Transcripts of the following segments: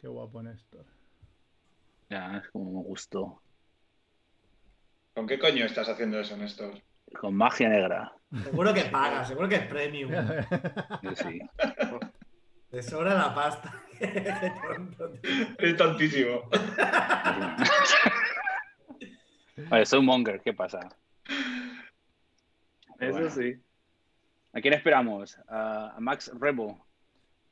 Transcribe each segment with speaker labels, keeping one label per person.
Speaker 1: Qué guapo Néstor.
Speaker 2: Ya, es como me gustó.
Speaker 3: ¿Con qué coño estás haciendo eso, Néstor?
Speaker 2: Con magia negra.
Speaker 4: Seguro que paga, seguro que es premium.
Speaker 2: Sí, sí.
Speaker 4: Te sobra la pasta. Qué tonto, tío.
Speaker 3: Es tantísimo.
Speaker 2: Vale, soy un monger, ¿qué pasa? Eso
Speaker 3: Bueno.
Speaker 2: sí. ¿A quién esperamos? ¿A a Max Rebo?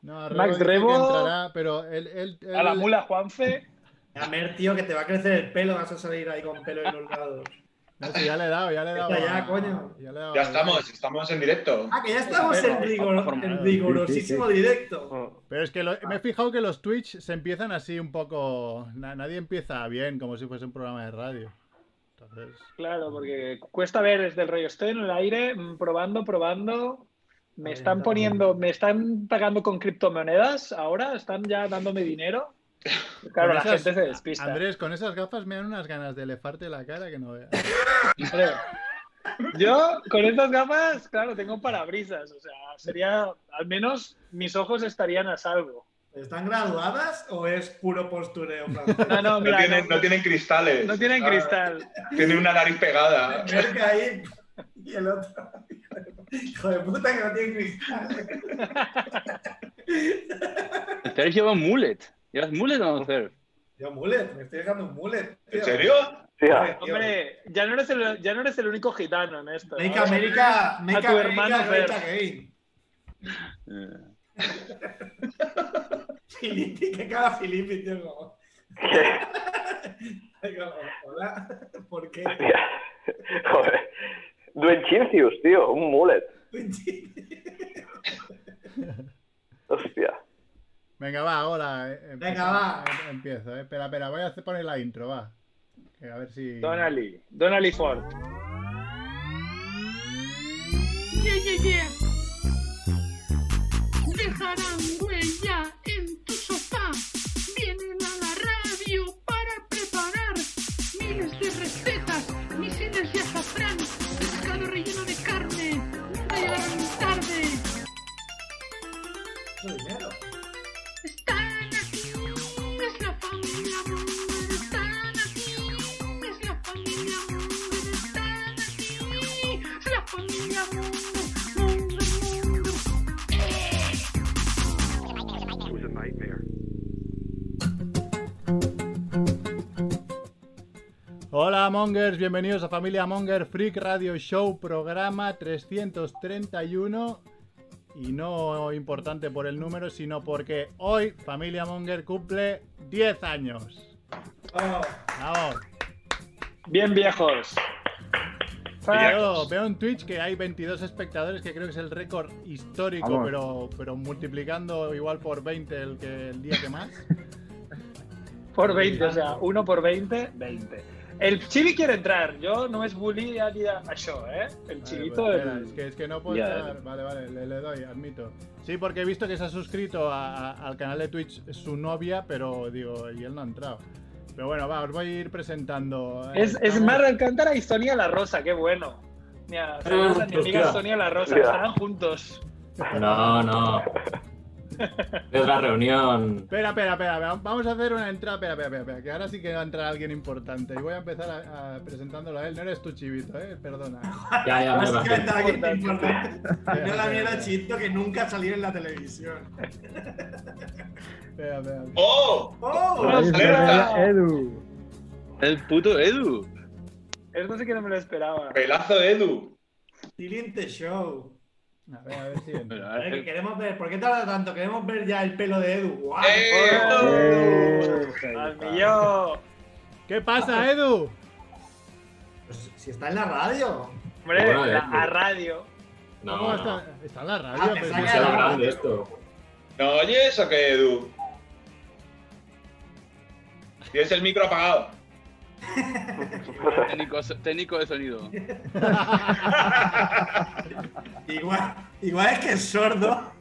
Speaker 1: No,
Speaker 5: Max
Speaker 1: dice que
Speaker 5: Rebo.
Speaker 1: entrará, Ah, pero él, él-
Speaker 2: ¿A la
Speaker 1: él-
Speaker 2: mula Juanfe?
Speaker 4: A ver, tío, que te va a crecer el pelo, vas a salir ahí con pelo inundado.
Speaker 1: No, sí, ya le he dado, ya le he dado.
Speaker 4: Ya,
Speaker 1: a-
Speaker 4: coño.
Speaker 1: ya le he dado
Speaker 3: Ya
Speaker 1: a-
Speaker 3: estamos, estamos en directo.
Speaker 4: Ah, que ya estamos en, rigor- en rigurosísimo directo.
Speaker 5: Oh,
Speaker 1: Pero es que lo- me he fijado que los Twitch se empiezan así un poco. na- nadie empieza bien, como si fuese un programa de radio. Entonces.
Speaker 6: Claro, porque cuesta ver desde el rollo. Estoy en el aire mm, probando, probando. Me
Speaker 4: Ahí
Speaker 6: están
Speaker 4: está.
Speaker 6: poniendo, me están pagando con criptomonedas ahora, están ya dándome dinero. Claro,
Speaker 1: con
Speaker 6: la
Speaker 1: esas-
Speaker 6: gente se despista.
Speaker 1: Andrés, con esas gafas me dan unas ganas de elefarte la cara que no veas.
Speaker 6: Hombre, Yo con estas gafas, claro, tengo parabrisas. O sea, sería, al menos mis ojos estarían a salvo.
Speaker 4: ¿Están graduadas o es puro postureo francés?
Speaker 6: No, no,
Speaker 3: No
Speaker 6: mira,
Speaker 3: tienen,
Speaker 6: no,
Speaker 3: no tienen cristales.
Speaker 6: no tienen
Speaker 3: Ah,
Speaker 6: cristal.
Speaker 3: Tienen una nariz pegada.
Speaker 4: Creo que ahí y el otro. Hijo de puta que no tiene cristal.
Speaker 2: Sergio lleva un mullet. ¿Llevas mullet o no, Sergio?
Speaker 4: Yo mullet, me estoy dejando un mullet. tío.
Speaker 3: ¿En serio?
Speaker 5: tía.
Speaker 4: tío.
Speaker 6: Hombre, ya no eres el, ya no eres el único gitano en esto.
Speaker 4: Make
Speaker 6: ¿no?
Speaker 4: America, make
Speaker 6: A tu
Speaker 4: America
Speaker 6: hermano,
Speaker 4: great
Speaker 6: Fer.
Speaker 4: again.
Speaker 2: Eh,
Speaker 4: Filippi, qué cara Filippi, tío. como- Como, Hola, ¿por qué?
Speaker 5: Tía. Joder. Duen Chircius, tío, un mullet. Hostia.
Speaker 1: Venga, va, ahora. eh, empieza,
Speaker 4: Venga, va.
Speaker 1: eh, Empiezo, eh. Espera, espera, voy a hacer- poner la intro, va. Que A ver si.
Speaker 6: Donnelly, Donnelly Ford.
Speaker 7: Yeah, yeah, yeah. Dejarán huella en tu sofá. Vienen a la radio para preparar miles de recetas, misiles de azafrán, pescado relleno de carne. Nunca llegarán tarde.
Speaker 4: Mucho dinero.
Speaker 7: Están aquí, es la familia Munger. Están aquí, es la familia Munger. Están aquí, es la familia Munger. Munger, Munger.
Speaker 1: Hola Mongers, bienvenidos a Familia Monger Freak Radio Show, programa 331. Y no importante por el número, sino porque hoy Familia Monger cumple 10 años.
Speaker 4: Vamos.
Speaker 1: Vamos.
Speaker 6: Bien viejos.
Speaker 1: Veo, veo en Twitch que hay 22 espectadores, que creo que es el récord histórico,
Speaker 5: Vamos.
Speaker 1: pero, pero multiplicando igual por 20 el, que, el día que más.
Speaker 6: Por 20, o sea, 1 por 20, 20. El Chibi quiere entrar, yo no es bully a, ni a a show, ¿eh? El
Speaker 1: Vale,
Speaker 6: chivito del-
Speaker 1: pues, espera, es, que, es que no puedo
Speaker 2: Ya.
Speaker 1: entrar. Vale, vale, le, le doy, admito. Sí, porque he visto que se ha suscrito a- a- al canal de Twitch su novia, pero digo, y él no ha entrado. Pero bueno, va, os voy a ir presentando. eh,
Speaker 6: Es, es
Speaker 1: estamos-
Speaker 6: Mar Alcántara y Sonia La Rosa, qué bueno. Mira, saludos a mi amiga
Speaker 8: Ah, Hostia.
Speaker 6: Sonia La Rosa, Ah,
Speaker 5: Ya.
Speaker 6: estaban juntos.
Speaker 8: No, no. De otra reunión.
Speaker 1: Espera, espera, espera, va- vamos a hacer una entrada. Espera, espera, espera, espera, que ahora sí que va a entrar alguien importante. Y voy a empezar a, a presentándolo a él. No eres tú, chivito, eh, perdona.
Speaker 8: Ya, ya, me
Speaker 4: Básicamente
Speaker 8: parece.
Speaker 4: aquí te importa. No la mierda chito que nunca ha salido en la televisión.
Speaker 1: Espera, espera.
Speaker 3: ¡Oh!
Speaker 4: ¡Oh!
Speaker 3: ¡Alerta!
Speaker 9: Edu.
Speaker 2: El puto Edu.
Speaker 6: Esto sí que no me lo esperaba.
Speaker 8: Eh.
Speaker 3: Pelazo de Edu.
Speaker 4: Siguiente show.
Speaker 1: A ver, a ver si entra.
Speaker 4: A ver, que queremos ver, ¿por qué tarda tanto? Queremos ver ya el pelo de Edu. ¡Guau!
Speaker 3: ¡Eh!
Speaker 6: Al millón.
Speaker 1: ¿Qué pasa, Edu?
Speaker 4: Ah, Pues, si está en la radio.
Speaker 6: Hombre,
Speaker 8: Bueno,
Speaker 6: la-
Speaker 8: eh.
Speaker 6: a radio.
Speaker 1: ¿Cómo
Speaker 8: No, no.
Speaker 1: está? Está en la radio, pues,
Speaker 4: Ah,
Speaker 1: pero
Speaker 4: pensaba
Speaker 1: si
Speaker 4: que era
Speaker 8: Demasiado
Speaker 1: está-
Speaker 8: grande esto.
Speaker 3: ¿No oyes o qué, Edu? Tienes el micro apagado.
Speaker 2: Técnico, técnico de sonido.
Speaker 4: Igual, igual es que es sordo.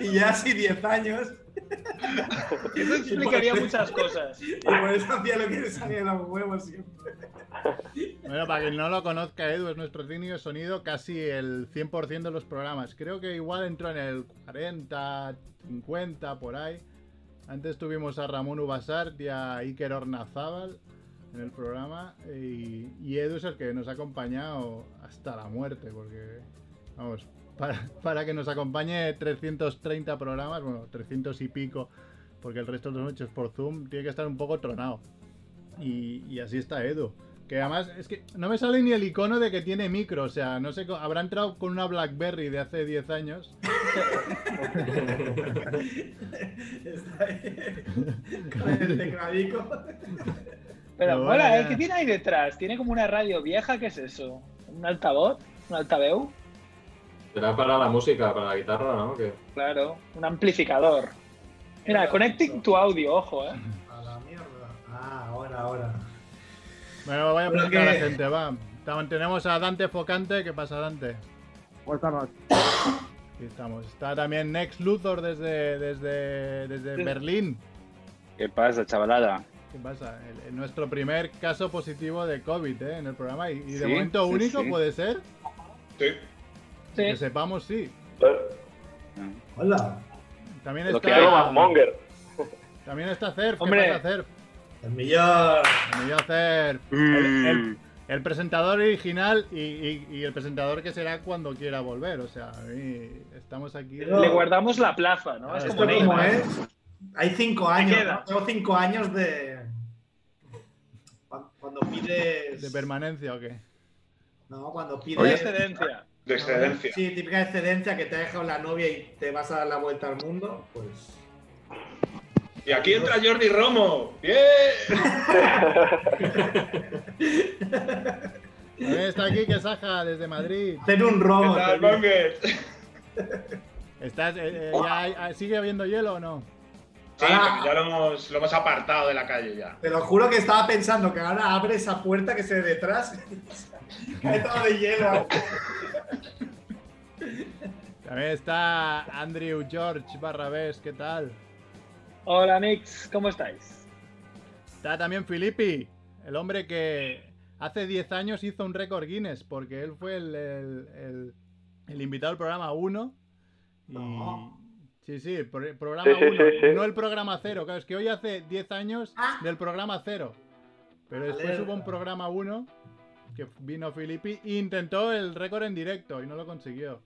Speaker 4: y ya así 10 años.
Speaker 6: Eso explicaría muchas cosas.
Speaker 4: Y por eso hacía lo que le salía de los huevos siempre.
Speaker 1: Bueno, para quien no lo conozca, Edu es nuestro técnico de sonido casi el 100% de los programas. Creo que igual entró en el 40, 50, por ahí. Antes tuvimos a Ramón Ubasart y a Iker Ornazábal en el programa. Y, y Edu es el que nos ha acompañado hasta la muerte, porque, vamos, para, para que nos acompañe 330 programas, bueno, 300 y pico, porque el resto de los hechos por Zoom, tiene que estar un poco tronado. Y, y así está Edu. Que además, es que no me sale ni el icono de que tiene micro, o sea, no sé, co- habrá entrado con una Blackberry de hace 10 años.
Speaker 4: Está ahí. Con el tecladico.
Speaker 6: Pero
Speaker 1: Pero
Speaker 6: mola,
Speaker 1: bueno,
Speaker 6: ¿eh?
Speaker 1: ya.
Speaker 6: ¿Qué tiene ahí detrás? ¿Tiene como una radio vieja? ¿Qué es eso? ¿Un altavoz? ¿Un altaveu?
Speaker 8: Será para la música, para la guitarra, ¿no? Que-
Speaker 6: Claro, un amplificador. Mira, connecting to audio, ojo, ¿eh?
Speaker 4: A la mierda. Ah, ahora, ahora.
Speaker 1: Bueno, voy a
Speaker 4: Pero
Speaker 1: presentar a la
Speaker 4: que-
Speaker 1: gente, va. También tenemos a Dante Focante, ¿qué pasa Dante? Aquí estamos. Está también Nex Luthor desde, desde, desde
Speaker 6: Sí.
Speaker 1: Berlín.
Speaker 2: ¿Qué pasa, chavalada?
Speaker 1: ¿Qué pasa? El- el- nuestro primer caso positivo de COVID ¿eh? en el programa. Y, y de
Speaker 2: Sí,
Speaker 1: momento
Speaker 2: sí,
Speaker 1: único
Speaker 2: sí.
Speaker 1: puede ser.
Speaker 3: Sí.
Speaker 1: Que
Speaker 6: Sí.
Speaker 1: sepamos, sí.
Speaker 4: Hola.
Speaker 1: También
Speaker 2: Lo
Speaker 1: está,
Speaker 2: que hay.
Speaker 5: Algo más monger.
Speaker 1: también está Cerf. ¿Qué
Speaker 6: Hombre.
Speaker 1: pasa, Cerf?
Speaker 4: El millón.
Speaker 1: Me voy a hacer
Speaker 6: Mm.
Speaker 1: el, el- el presentador original y, y- y el presentador que será cuando quiera volver. O sea, a mí estamos aquí.
Speaker 4: Le
Speaker 6: Le guardamos la plaza, ¿no?
Speaker 1: Ah,
Speaker 6: Es como
Speaker 4: Esto
Speaker 1: Neymar.
Speaker 4: como
Speaker 6: Neymar.
Speaker 4: es.
Speaker 1: ¿eh?
Speaker 4: Hay cinco años.
Speaker 6: queda.
Speaker 4: ¿no? Tengo cinco años de. Cuan- Cuando pides.
Speaker 1: ¿De permanencia o qué?
Speaker 4: No, cuando pides.
Speaker 6: Una excedencia.
Speaker 3: De excedencia.
Speaker 4: Sí, típica excedencia que te ha dejado la novia y te vas a dar la vuelta al mundo. Pues.
Speaker 3: Y aquí entra Jordi Romo. ¡Bien!
Speaker 1: También está aquí que Saja desde Madrid.
Speaker 4: Hacer un
Speaker 3: ¿Qué
Speaker 4: robo.
Speaker 3: tal,
Speaker 4: te digo.
Speaker 3: Bongers?
Speaker 1: ¿Estás, eh, eh, ya hay- ah, ¿Sigue habiendo hielo o no?
Speaker 3: Sí,
Speaker 4: Ah.
Speaker 3: ya lo hemos, lo hemos apartado de la calle ya.
Speaker 4: Te lo juro que estaba pensando que ahora abre esa puerta que se ve detrás. Cae todo de hielo.
Speaker 1: También está Andrew George Barrabés, ¿qué tal?
Speaker 6: Hola, Nix, ¿cómo estáis?
Speaker 1: Está también Filippi, el hombre que hace 10 años hizo un récord Guinness, porque él fue el, el- el- el invitado al programa 1. y-
Speaker 4: No.
Speaker 1: Sí, sí, pro- programa
Speaker 5: Sí, sí,
Speaker 1: 1,
Speaker 5: sí, sí.
Speaker 1: no el programa 0. Claro, es que hoy hace 10 años
Speaker 4: Ah.
Speaker 1: del programa 0. Pero después
Speaker 4: Alerta.
Speaker 1: hubo un programa 1 que vino Filippi e intentó el récord en directo y no lo consiguió.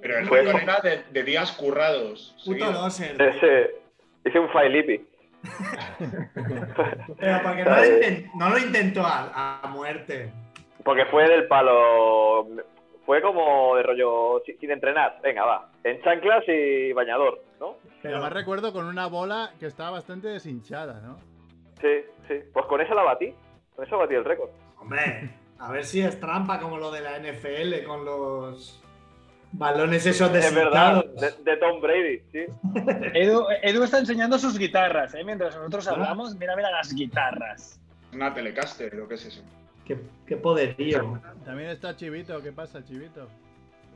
Speaker 3: Pero el
Speaker 5: Pues-
Speaker 3: récord era de, de días currados.
Speaker 4: Puto
Speaker 3: seguidos.
Speaker 4: loser. tío.
Speaker 5: Ese, hice un Failipi.
Speaker 4: Pero porque no lo, inten- no lo intentó a, a muerte.
Speaker 5: Porque fue del palo. Fue como de rollo si- sin entrenar. Venga, va. En chanclas y bañador, ¿no?
Speaker 1: Pero más recuerdo con una bola que estaba bastante deshinchada, ¿no?
Speaker 5: Sí, sí. Pues con esa la batí. Con esa batí el récord.
Speaker 4: Hombre, a ver si es trampa como lo de la NFL con los balones esos
Speaker 5: Es verdad.
Speaker 4: desinflados.
Speaker 5: De, de Tom Brady, sí.
Speaker 6: Edu, Edu está enseñando sus guitarras, ¿eh? Mientras
Speaker 4: ¿Ah?
Speaker 6: nosotros hablamos, mira, mira las guitarras.
Speaker 3: Una telecaster, lo que es eso.
Speaker 4: Qué, qué poderío.
Speaker 1: También está Chivito, ¿qué pasa, Chivito? Pues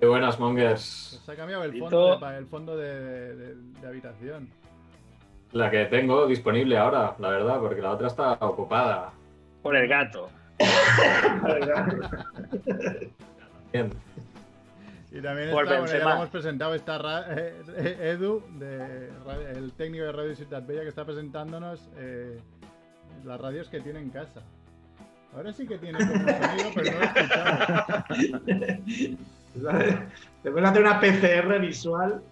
Speaker 8: Qué buenas, mongers.
Speaker 1: Se ha cambiado el
Speaker 6: Listo.
Speaker 1: fondo, de, pa- el fondo de, de- de habitación.
Speaker 8: La que tengo disponible ahora, la verdad, porque la otra está ocupada.
Speaker 6: Por el gato.
Speaker 8: Bien.
Speaker 1: Y también
Speaker 6: Por
Speaker 1: está, bueno, ya
Speaker 6: Benzema.
Speaker 1: lo hemos presentado, está Ra- eh, eh, Edu, de ra- el técnico de Radio Ciudad Bella, que está presentándonos eh, las radios que tiene en casa. Ahora sí que tiene como sonido, pero no lo escuchamos.
Speaker 4: Te voy a hacer una PCR visual.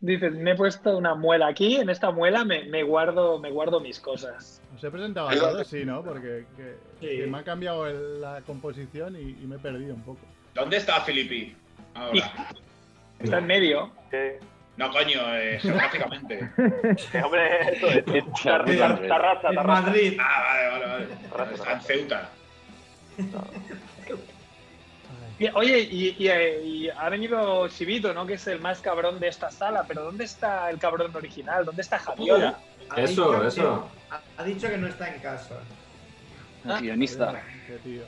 Speaker 6: Dices, me he puesto una muela aquí, en esta muela me, me guardo, me guardo mis cosas.
Speaker 1: Os he presentado a todos, sí, ¿no? Porque que-
Speaker 4: Sí.
Speaker 1: que me ha cambiado el- la composición y, y me he perdido un poco.
Speaker 3: ¿Dónde está Filippi? Ahora.
Speaker 6: Está en medio.
Speaker 5: sí.
Speaker 3: No, coño, eh, geográficamente.
Speaker 5: Sí, hombre, eso es. Tar- tar- Tarraza,
Speaker 4: En
Speaker 5: tarraza.
Speaker 4: Madrid.
Speaker 3: Ah, vale, vale, vale. Está en Ceuta.
Speaker 6: Y- Oye, y, y, eh, y ha venido Chivito, ¿no? Que es el más cabrón de esta sala, pero ¿dónde está el cabrón original? ¿Dónde está Javiola?
Speaker 4: Ha
Speaker 8: Eso,
Speaker 4: dicho que-
Speaker 8: eso.
Speaker 4: ha- ha dicho que no está en casa.
Speaker 6: Ah.
Speaker 2: Guionista.
Speaker 1: Qué tío.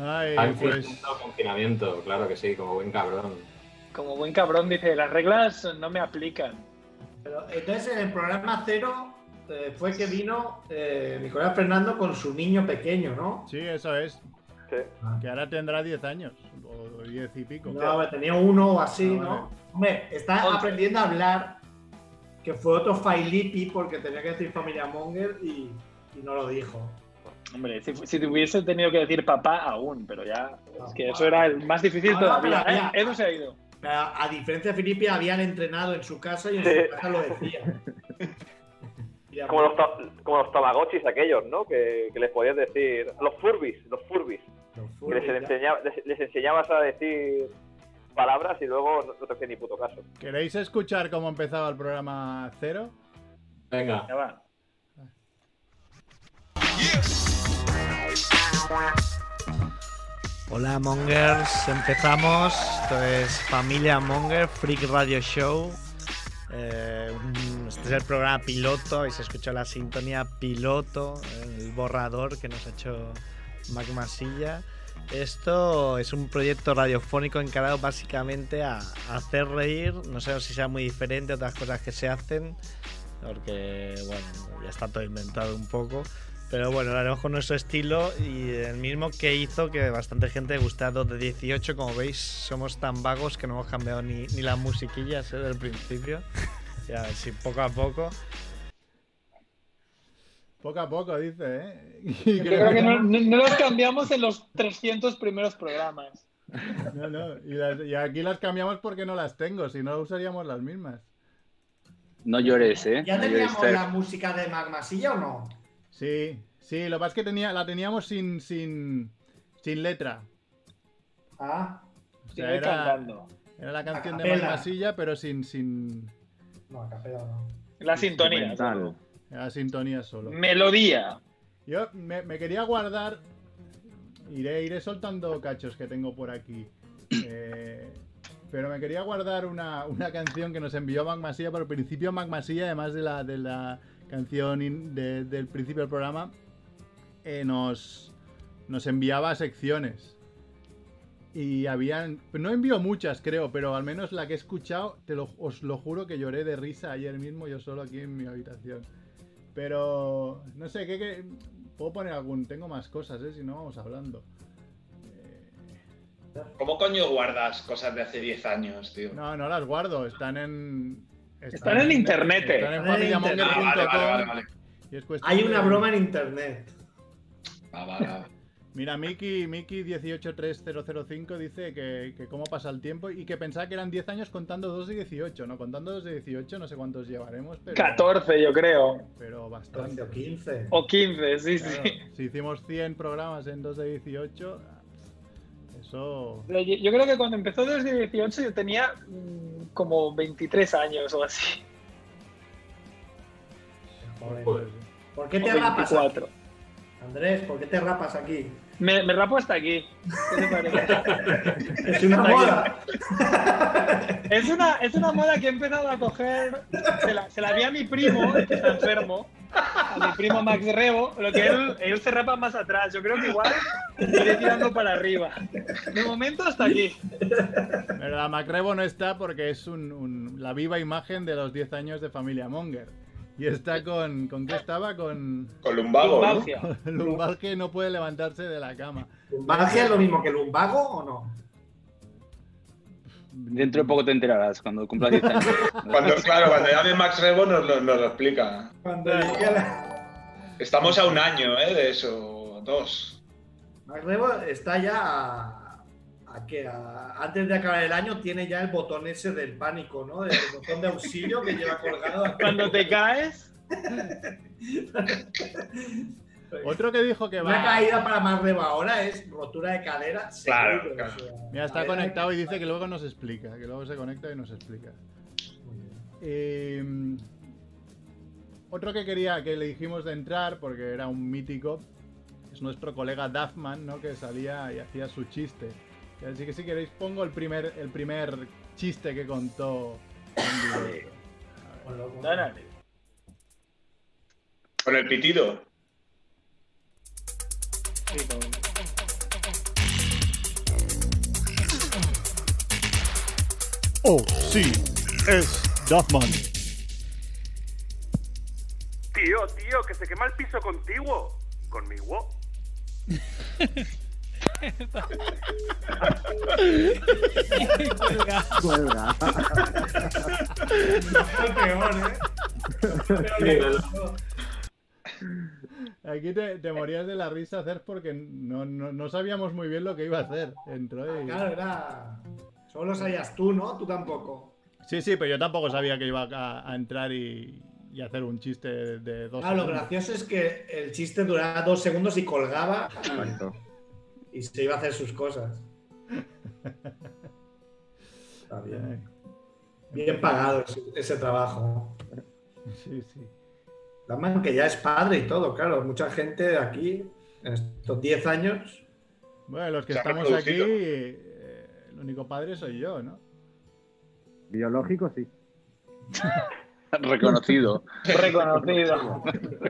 Speaker 1: Ay,
Speaker 8: Ha
Speaker 1: pues...
Speaker 8: infringido el confinamiento, claro que sí, como buen cabrón.
Speaker 6: Como buen cabrón dice, las reglas no me aplican.
Speaker 4: Pero entonces en el programa cero eh, fue que vino eh, Nicolás Fernando con su niño pequeño, ¿no?
Speaker 1: Sí, eso es.
Speaker 5: Sí.
Speaker 1: Que ahora tendrá 10 años, o 10 y pico.
Speaker 4: No, hombre, tenía uno o así,
Speaker 1: Ah,
Speaker 4: ¿no?
Speaker 1: vale.
Speaker 4: Hombre, está
Speaker 6: Once.
Speaker 4: aprendiendo a hablar, que fue otro Failipi porque tenía que decir familia Monger y, y no lo dijo.
Speaker 6: Hombre, si, si te hubiese tenido que decir papá aún, pero ya. Es que eso era el más difícil
Speaker 4: No, no,
Speaker 6: todavía.
Speaker 4: Ah, pero
Speaker 6: ¿eh?
Speaker 4: ya.
Speaker 6: Edu se ha ido.
Speaker 4: Pero A a diferencia de Filipe, habían entrenado en su casa y en
Speaker 5: Sí.
Speaker 4: su casa lo decía. Y
Speaker 5: Como los, ta- como los tamagotchis aquellos, ¿no? Que, que les podías decir... Los furbis, los furbis.
Speaker 4: los
Speaker 5: Que
Speaker 4: furries,
Speaker 5: les,
Speaker 4: ya.
Speaker 5: enseñaba- les, les enseñabas a decir palabras y luego no, no te hacían ni puto caso.
Speaker 1: ¿Queréis escuchar cómo empezaba el programa cero?
Speaker 8: Venga.
Speaker 6: Ya va.
Speaker 9: Hola Mongers, empezamos. Esto es Familia Monger, Freak Radio Show. Eh, un- este es el programa piloto y se escuchó la sintonía piloto, el borrador que nos ha hecho Mac Masilla. Esto es un proyecto radiofónico encarado básicamente a a hacer reír. No sé si sea muy diferente a otras cosas que se hacen, porque bueno, ya está todo inventado un poco. Pero bueno, lo haremos con nuestro estilo y el mismo que hizo que bastante gente gustado de 18. Como veis, somos tan vagos que no hemos cambiado ni, ni las musiquillas ¿eh? del principio. Y a ver si poco a poco.
Speaker 1: Poco a poco, dice, ¿eh?
Speaker 6: Yo creo que no, no- no los cambiamos en los 300 primeros programas.
Speaker 1: No, no, Y, las- y aquí las cambiamos porque no las tengo, si no usaríamos las mismas.
Speaker 2: No llores, ¿eh?
Speaker 4: ¿Ya
Speaker 2: no llores,
Speaker 4: teníamos
Speaker 2: Fer.
Speaker 4: la música de Magmasilla o no?
Speaker 1: Sí, sí, lo que pasa es que tenía, la teníamos sin, sin, sin letra.
Speaker 4: Ah,
Speaker 1: O sea,
Speaker 6: Sigue
Speaker 1: era,
Speaker 6: cantando.
Speaker 1: era la canción de
Speaker 4: Acapela.
Speaker 1: Malmasilla, pero sin, sin
Speaker 4: no, a capela no.
Speaker 6: La sintonía.
Speaker 2: Mental.
Speaker 1: era Ah, sintonía solo.
Speaker 6: Melodía.
Speaker 1: Yo me, me quería guardar. Iré, iré soltando cachos que tengo por aquí. Eh, pero me quería guardar una, una canción que nos envió Magmasilla por el principio. Magmasilla, además de la, de la canción in- de- del principio del programa, eh, nos, nos enviaba secciones. Y habían. No envió muchas, creo, pero al menos la que he escuchado, te lo- os lo juro que lloré de risa ayer mismo, yo solo aquí en mi habitación. Pero no sé, ¿qué, qué? puedo poner algún? Tengo más cosas, ¿eh? Si no, vamos hablando.
Speaker 3: ¿Cómo coño guardas cosas de hace 10 años, tío?
Speaker 1: No, no las guardo, están en.
Speaker 6: Están en internet.
Speaker 1: Están
Speaker 4: Están
Speaker 1: en
Speaker 4: en
Speaker 1: familiamonger.com
Speaker 3: Ah, vale, vale, vale, vale.
Speaker 1: y es cuestión
Speaker 4: Hay una
Speaker 1: de-
Speaker 4: broma en internet.
Speaker 3: Ah, vale, vale.
Speaker 1: Mira, Miki, Miki 18305 dice que, que cómo pasa el tiempo y que pensaba que eran 10 años contando 2 de 18, ¿no? Contando 2 de 18, no sé cuántos llevaremos, pero.
Speaker 6: 14, yo creo.
Speaker 1: Pero bastante.
Speaker 4: 14 o 15.
Speaker 6: O 15, sí,
Speaker 1: Claro,
Speaker 6: sí.
Speaker 1: Si hicimos 100 programas en 2 de 18, eso.
Speaker 6: Yo, yo creo que cuando empezó desde 18 yo tenía mm, como 23 años o así.
Speaker 4: Joder.
Speaker 8: Joder.
Speaker 4: ¿Por qué
Speaker 6: o
Speaker 4: te rapas aquí?
Speaker 6: 24.
Speaker 4: Andrés, ¿por qué te rapas aquí?
Speaker 6: Me, me rapo hasta aquí. ¿Qué te parece?
Speaker 4: Es una moda.
Speaker 6: es, una, es una moda que he empezado a coger. Se la, se la vi a mi primo, que está enfermo. A mi primo Max Rebo. Lo que él, él se rapa más atrás. Yo creo que igual iré tirando para arriba. De momento hasta aquí.
Speaker 1: Pero la Macrebo no está porque es un- un- la viva imagen de los 10 años de familia Monger. Y está con. ¿Con qué estaba? Con
Speaker 3: Con lumbago, ¿no?
Speaker 6: Lumbalgia.
Speaker 1: lumbar que no puede levantarse de la cama.
Speaker 4: ¿Lumbalgia es lo mismo que lumbago o no?
Speaker 2: Dentro de poco te enterarás cuando cumplas 10 años.
Speaker 3: Cuando, claro, cuando llame Max Rebo nos, lo- nos lo explica.
Speaker 4: Cuando llegue la...
Speaker 3: Estamos a un año, ¿eh? De eso, dos.
Speaker 4: Max Rebo está ya a, a que a- antes de acabar el año tiene ya el botón ese del pánico, ¿no? El botón de auxilio que lleva colgado. aquí.
Speaker 6: Cuando te caes.
Speaker 1: Otro que dijo que
Speaker 4: Una
Speaker 1: va.
Speaker 4: caída para Max Rebo ahora es rotura de cadera.
Speaker 3: Claro,
Speaker 4: seguro,
Speaker 3: claro.
Speaker 4: o sea,
Speaker 1: Mira, está
Speaker 4: cadera-
Speaker 1: conectado y dice que luego nos explica. Que luego se conecta y nos explica.
Speaker 4: Muy bien.
Speaker 1: Eh, otro que quería que le dijimos de entrar, porque era un mítico, es nuestro colega Duffman, ¿no? Que salía y hacía su chiste. Así que si queréis pongo el primer, el primer chiste que contó en directo.
Speaker 4: Ponlo, ponlo.
Speaker 6: No, no, no.
Speaker 3: Con el pitido.
Speaker 6: Sí, con-
Speaker 1: Oh, sí, es Duffman.
Speaker 10: Tío, tío, que se quema el piso contigo. ¿Conmigo?
Speaker 4: Lo peor, ¿eh?
Speaker 1: Aquí te, te morías de la risa, Cer, porque no, no- no sabíamos muy bien lo que iba a hacer. Entró y...
Speaker 4: Ah, Claro, era. Solo sabías tú, ¿no? Tú tampoco.
Speaker 1: Sí, sí, pero yo tampoco sabía que iba a, a entrar y, y hacer un chiste de, de dos
Speaker 4: Ah, lo
Speaker 1: segundos.
Speaker 4: gracioso es que el chiste duraba dos segundos y colgaba
Speaker 10: Exacto.
Speaker 4: y se iba a hacer sus cosas. Está bien.
Speaker 1: Ay,
Speaker 4: Bien pagado ese, ese trabajo.
Speaker 1: Sí, sí.
Speaker 4: Daman, que ya es padre y todo, claro. Mucha gente aquí, en estos 10 años,
Speaker 1: Bueno, los que
Speaker 3: Se ha
Speaker 1: estamos aquí,
Speaker 3: reproducido.
Speaker 1: eh, el único padre soy yo, ¿no?
Speaker 10: Biológico, sí.
Speaker 2: Reconocido.
Speaker 6: Reconocido.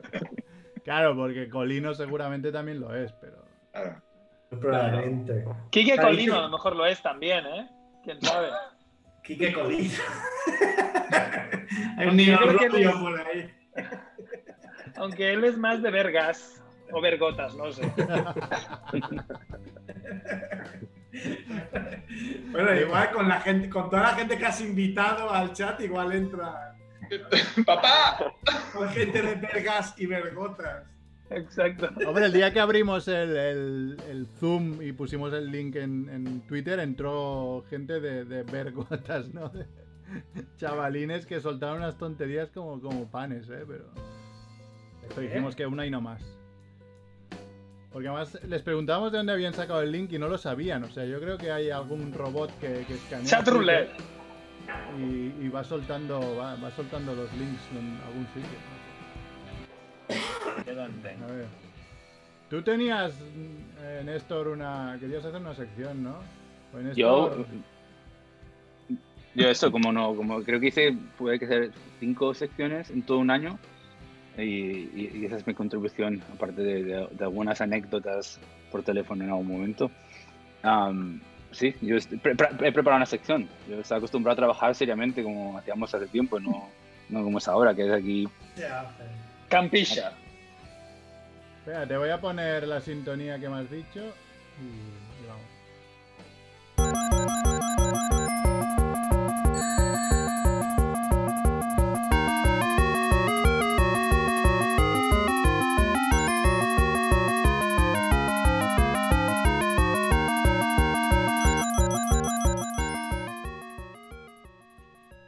Speaker 1: Claro, porque Colino seguramente también lo es, pero.
Speaker 3: Claro.
Speaker 4: probablemente.
Speaker 6: Quique
Speaker 4: Claro,
Speaker 6: Colino
Speaker 4: sí.
Speaker 6: a lo mejor lo es también, ¿eh? ¿Quién sabe?
Speaker 4: Quique Colín. Hay
Speaker 6: Aunque
Speaker 4: un niño
Speaker 6: yo creo que
Speaker 4: rubio
Speaker 6: le-
Speaker 4: por ahí.
Speaker 6: Aunque él es más de vergas o vergotas, no sé.
Speaker 4: Bueno, igual con la gente, con toda la gente que has invitado al chat, igual entra
Speaker 3: ¡Papá!
Speaker 4: con gente de vergas y vergotas.
Speaker 6: Exacto.
Speaker 1: Hombre, el día que abrimos el, el- el Zoom y pusimos el link en, en Twitter, entró gente de, de vergotas, ¿no? De chavalines que soltaron unas tonterías como, como panes, ¿eh? Pero.
Speaker 6: ¿Eh?
Speaker 1: Pero dijimos que una y no más. Porque además les preguntábamos de dónde habían sacado el link y no lo sabían. O sea, yo creo que hay algún robot que, que escanea.
Speaker 6: Chat roulette.
Speaker 1: Y, y va soltando va, va soltando los links en algún sitio. A ver. Tú tenías, mm, eh, Néstor, una. Querías hacer una sección, ¿no? Pues,
Speaker 2: Yo,
Speaker 1: Néstor,
Speaker 2: yo eso, como no, como creo que hice, puede que ser cinco secciones en todo un año y, y- y esa es mi contribución, aparte de, de- de algunas anécdotas por teléfono en algún momento. Am, sí, yo est- pre- pre- he preparado una sección. Yo estaba acostumbrado a trabajar seriamente como hacíamos hace tiempo, no, no como es ahora, que es aquí.
Speaker 4: Se hace.
Speaker 6: Campilla.
Speaker 1: Espera, te voy a poner la sintonía que me has dicho y, y vamos.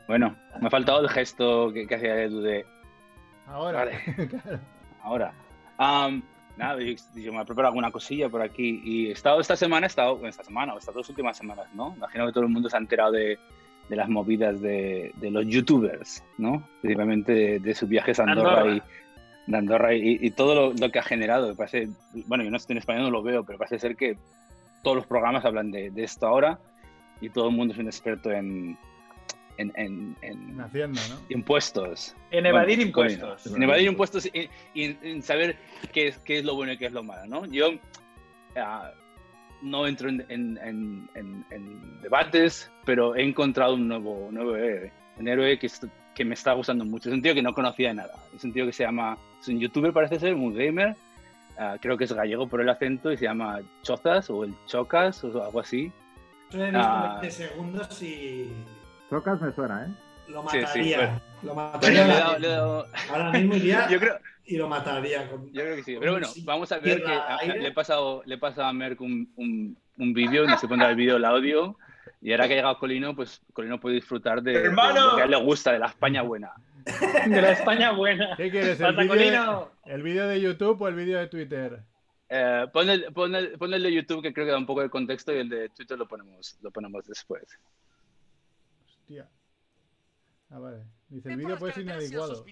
Speaker 2: Bueno, me ha faltado el gesto que, que hacía Edu de
Speaker 1: Ahora. claro.
Speaker 2: ahora. Am, nada, yo, yo me he preparado alguna cosilla por aquí y he estado esta semana, he estado, bueno, esta semana o estas dos últimas semanas, ¿no? Imagino que todo el mundo se ha enterado de, de las movidas de, de los youtubers, ¿no? Principalmente de, de sus viajes a Andorra,
Speaker 6: Andorra.
Speaker 2: y, de Andorra y, y todo lo, lo que ha generado. Parece, bueno, yo no estoy en España, no lo veo, pero parece ser que todos los programas hablan de, de esto ahora y todo el mundo es un experto en... en, en- en-
Speaker 1: En Hacienda, ¿no?
Speaker 2: impuestos.
Speaker 6: En evadir
Speaker 2: Bueno,
Speaker 6: impuestos.
Speaker 2: En evadir impuestos y, y en, en saber qué es, qué es lo bueno y qué es lo malo, ¿no? Yo ah, no entro en, en- en- en- en debates, pero he encontrado un nuevo, un nuevo héroe, un héroe que, es- que me está gustando mucho. Es un tío que no conocía de nada. Es un tío que se llama, es un youtuber parece ser, un gamer, ah, creo que es gallego por el acento y se llama Chozas o el Chocas o algo así.
Speaker 4: Yo he visto
Speaker 2: Ah.
Speaker 4: 20 segundos y
Speaker 10: Chocas me suena, ¿eh?
Speaker 4: lo
Speaker 2: Sí, sí,
Speaker 4: mataría. Lo mataría
Speaker 2: Pero le he
Speaker 4: ahora
Speaker 2: dado- le he
Speaker 4: mismo.
Speaker 2: dado-
Speaker 4: Ahora mismo iría
Speaker 2: yo creo,
Speaker 4: y lo mataría. con-
Speaker 2: Yo creo que sí, pero bueno,
Speaker 4: Sí,
Speaker 2: vamos a ver que
Speaker 4: tierra,
Speaker 2: a-
Speaker 4: aire.
Speaker 2: le he pasado, le he pasado a Merck un, un, un vídeo, no se pondrá el vídeo, el audio, y ahora que ha llegado Colino, pues Colino puede disfrutar de, de
Speaker 3: ¡Hermano!
Speaker 2: lo que a él le gusta, de la España buena.
Speaker 6: De la España buena.
Speaker 1: ¿Qué quieres? ¿El
Speaker 6: Pasa,
Speaker 1: vídeo
Speaker 6: Colino.
Speaker 1: el vídeo de YouTube o el vídeo de Twitter?
Speaker 2: Eh, pon, el, pon el- pon el de YouTube que creo que da un poco de contexto y el de Twitter lo ponemos, lo ponemos después.
Speaker 1: Hostia. Ah, vale. Dice, el vídeo puede ser inadecuado.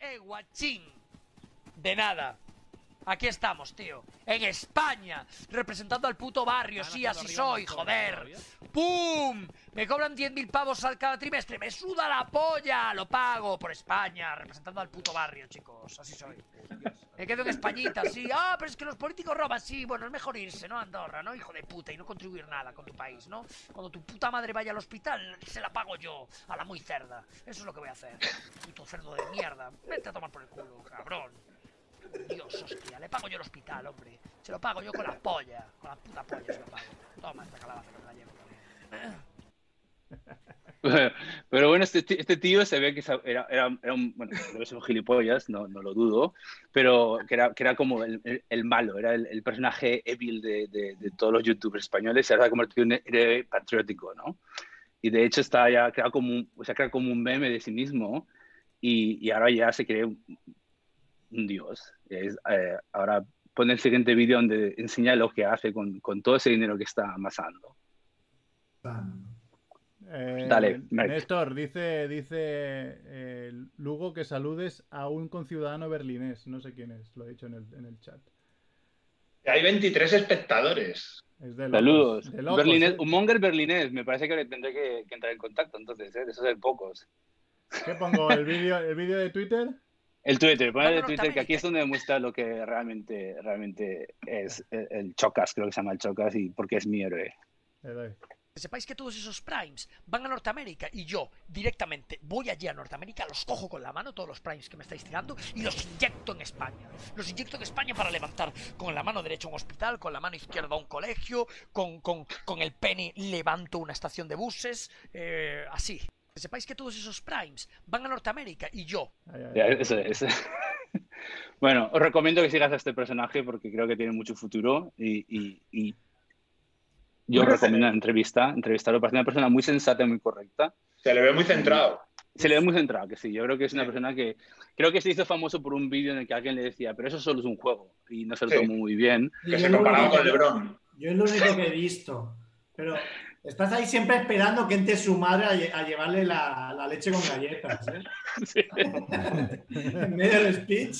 Speaker 7: ¡Eh, guachín! De nada. Aquí estamos, tío. En España. Representando al puto barrio. Sí, así soy, joder. ¡Pum! Me cobran 10.000 pavos al cada trimestre. ¡Me suda la polla! Lo pago por España. Representando al puto barrio, chicos. Así soy. Me quedo en Españita, sí. Ah, pero es que los políticos roban. Sí, bueno, es mejor irse, ¿no? A Andorra, ¿no? Hijo de puta. Y no contribuir nada con tu país, ¿no? Cuando tu puta madre vaya al hospital, se la pago yo. A la muy cerda. Eso es lo que voy a hacer. Puto cerdo de mierda. Vete a tomar por el culo, cabrón.
Speaker 11: Dios, hostia, le pago yo el hospital, hombre. Se lo pago yo con la polla. Con la puta polla se lo pago. Toma esta calabaza que me la llevo.
Speaker 2: Pero bueno, este, ti- este tío se ve que sa- era, era, era un, bueno, debe ser un gilipollas, no, no lo dudo, pero que era, que era como el, el- el malo, era el, el personaje evil de, de- de todos los youtubers españoles, se ha convertido en un héroe patriótico, ¿no? Y de hecho está ya creado como un, o sea, crea como un meme de sí mismo y, y ahora ya se cree un, un dios. Es, eh, ahora pone el siguiente vídeo donde enseña lo que hace con, con todo ese dinero que está amasando.
Speaker 1: Eh,
Speaker 2: Dale, Marc.
Speaker 1: Néstor, dice, dice eh, Lugo que saludes a un conciudadano berlinés. No sé quién es, lo he dicho en el, en el chat.
Speaker 3: Hay 23 espectadores.
Speaker 1: Es de locos,
Speaker 2: Saludos.
Speaker 1: de locos,
Speaker 2: Berlinés-
Speaker 1: eh.
Speaker 2: Un monger berlinés. Me parece que le tendré que, que entrar en contacto entonces, ¿eh? de esos hay pocos.
Speaker 1: ¿Qué pongo? ¿El vídeo el vídeo de Twitter?
Speaker 2: El Twitter, ponle el
Speaker 1: Vámonos
Speaker 2: Twitter, que aquí es donde demuestra lo que realmente, realmente es el, el Chocas, creo que se llama el Chocas, y porque es mi héroe.
Speaker 11: Que sepáis que todos esos primes van a Norteamérica y yo directamente voy allí a Norteamérica, los cojo con la mano, todos los primes que me estáis tirando, y los inyecto en España. Los inyecto en España para levantar con la mano derecha un hospital, con la mano izquierda un colegio, con, con- con el pene levanto una estación de buses, eh, así. Que sepáis que todos esos primes van a Norteamérica y yo
Speaker 2: Ya, eso es. bueno, os recomiendo que sigas a este personaje porque creo que tiene mucho futuro y, y- y yo os recomiendo la entrevista, entrevistarlo. Parece una persona muy sensata y muy correcta.
Speaker 3: Se le ve muy centrado.
Speaker 2: Se le ve muy centrado, que sí. Yo creo que es una persona que creo que se hizo famoso por un vídeo en el que alguien le decía, pero eso solo es un juego y no se lo
Speaker 3: Sí.
Speaker 2: tomó muy bien.
Speaker 3: Que se comparaba con LeBron.
Speaker 4: Yo es lo único que he visto. Pero estás ahí siempre esperando que entre su madre a, lle- a llevarle la, la leche con galletas. ¿eh? en medio del speech.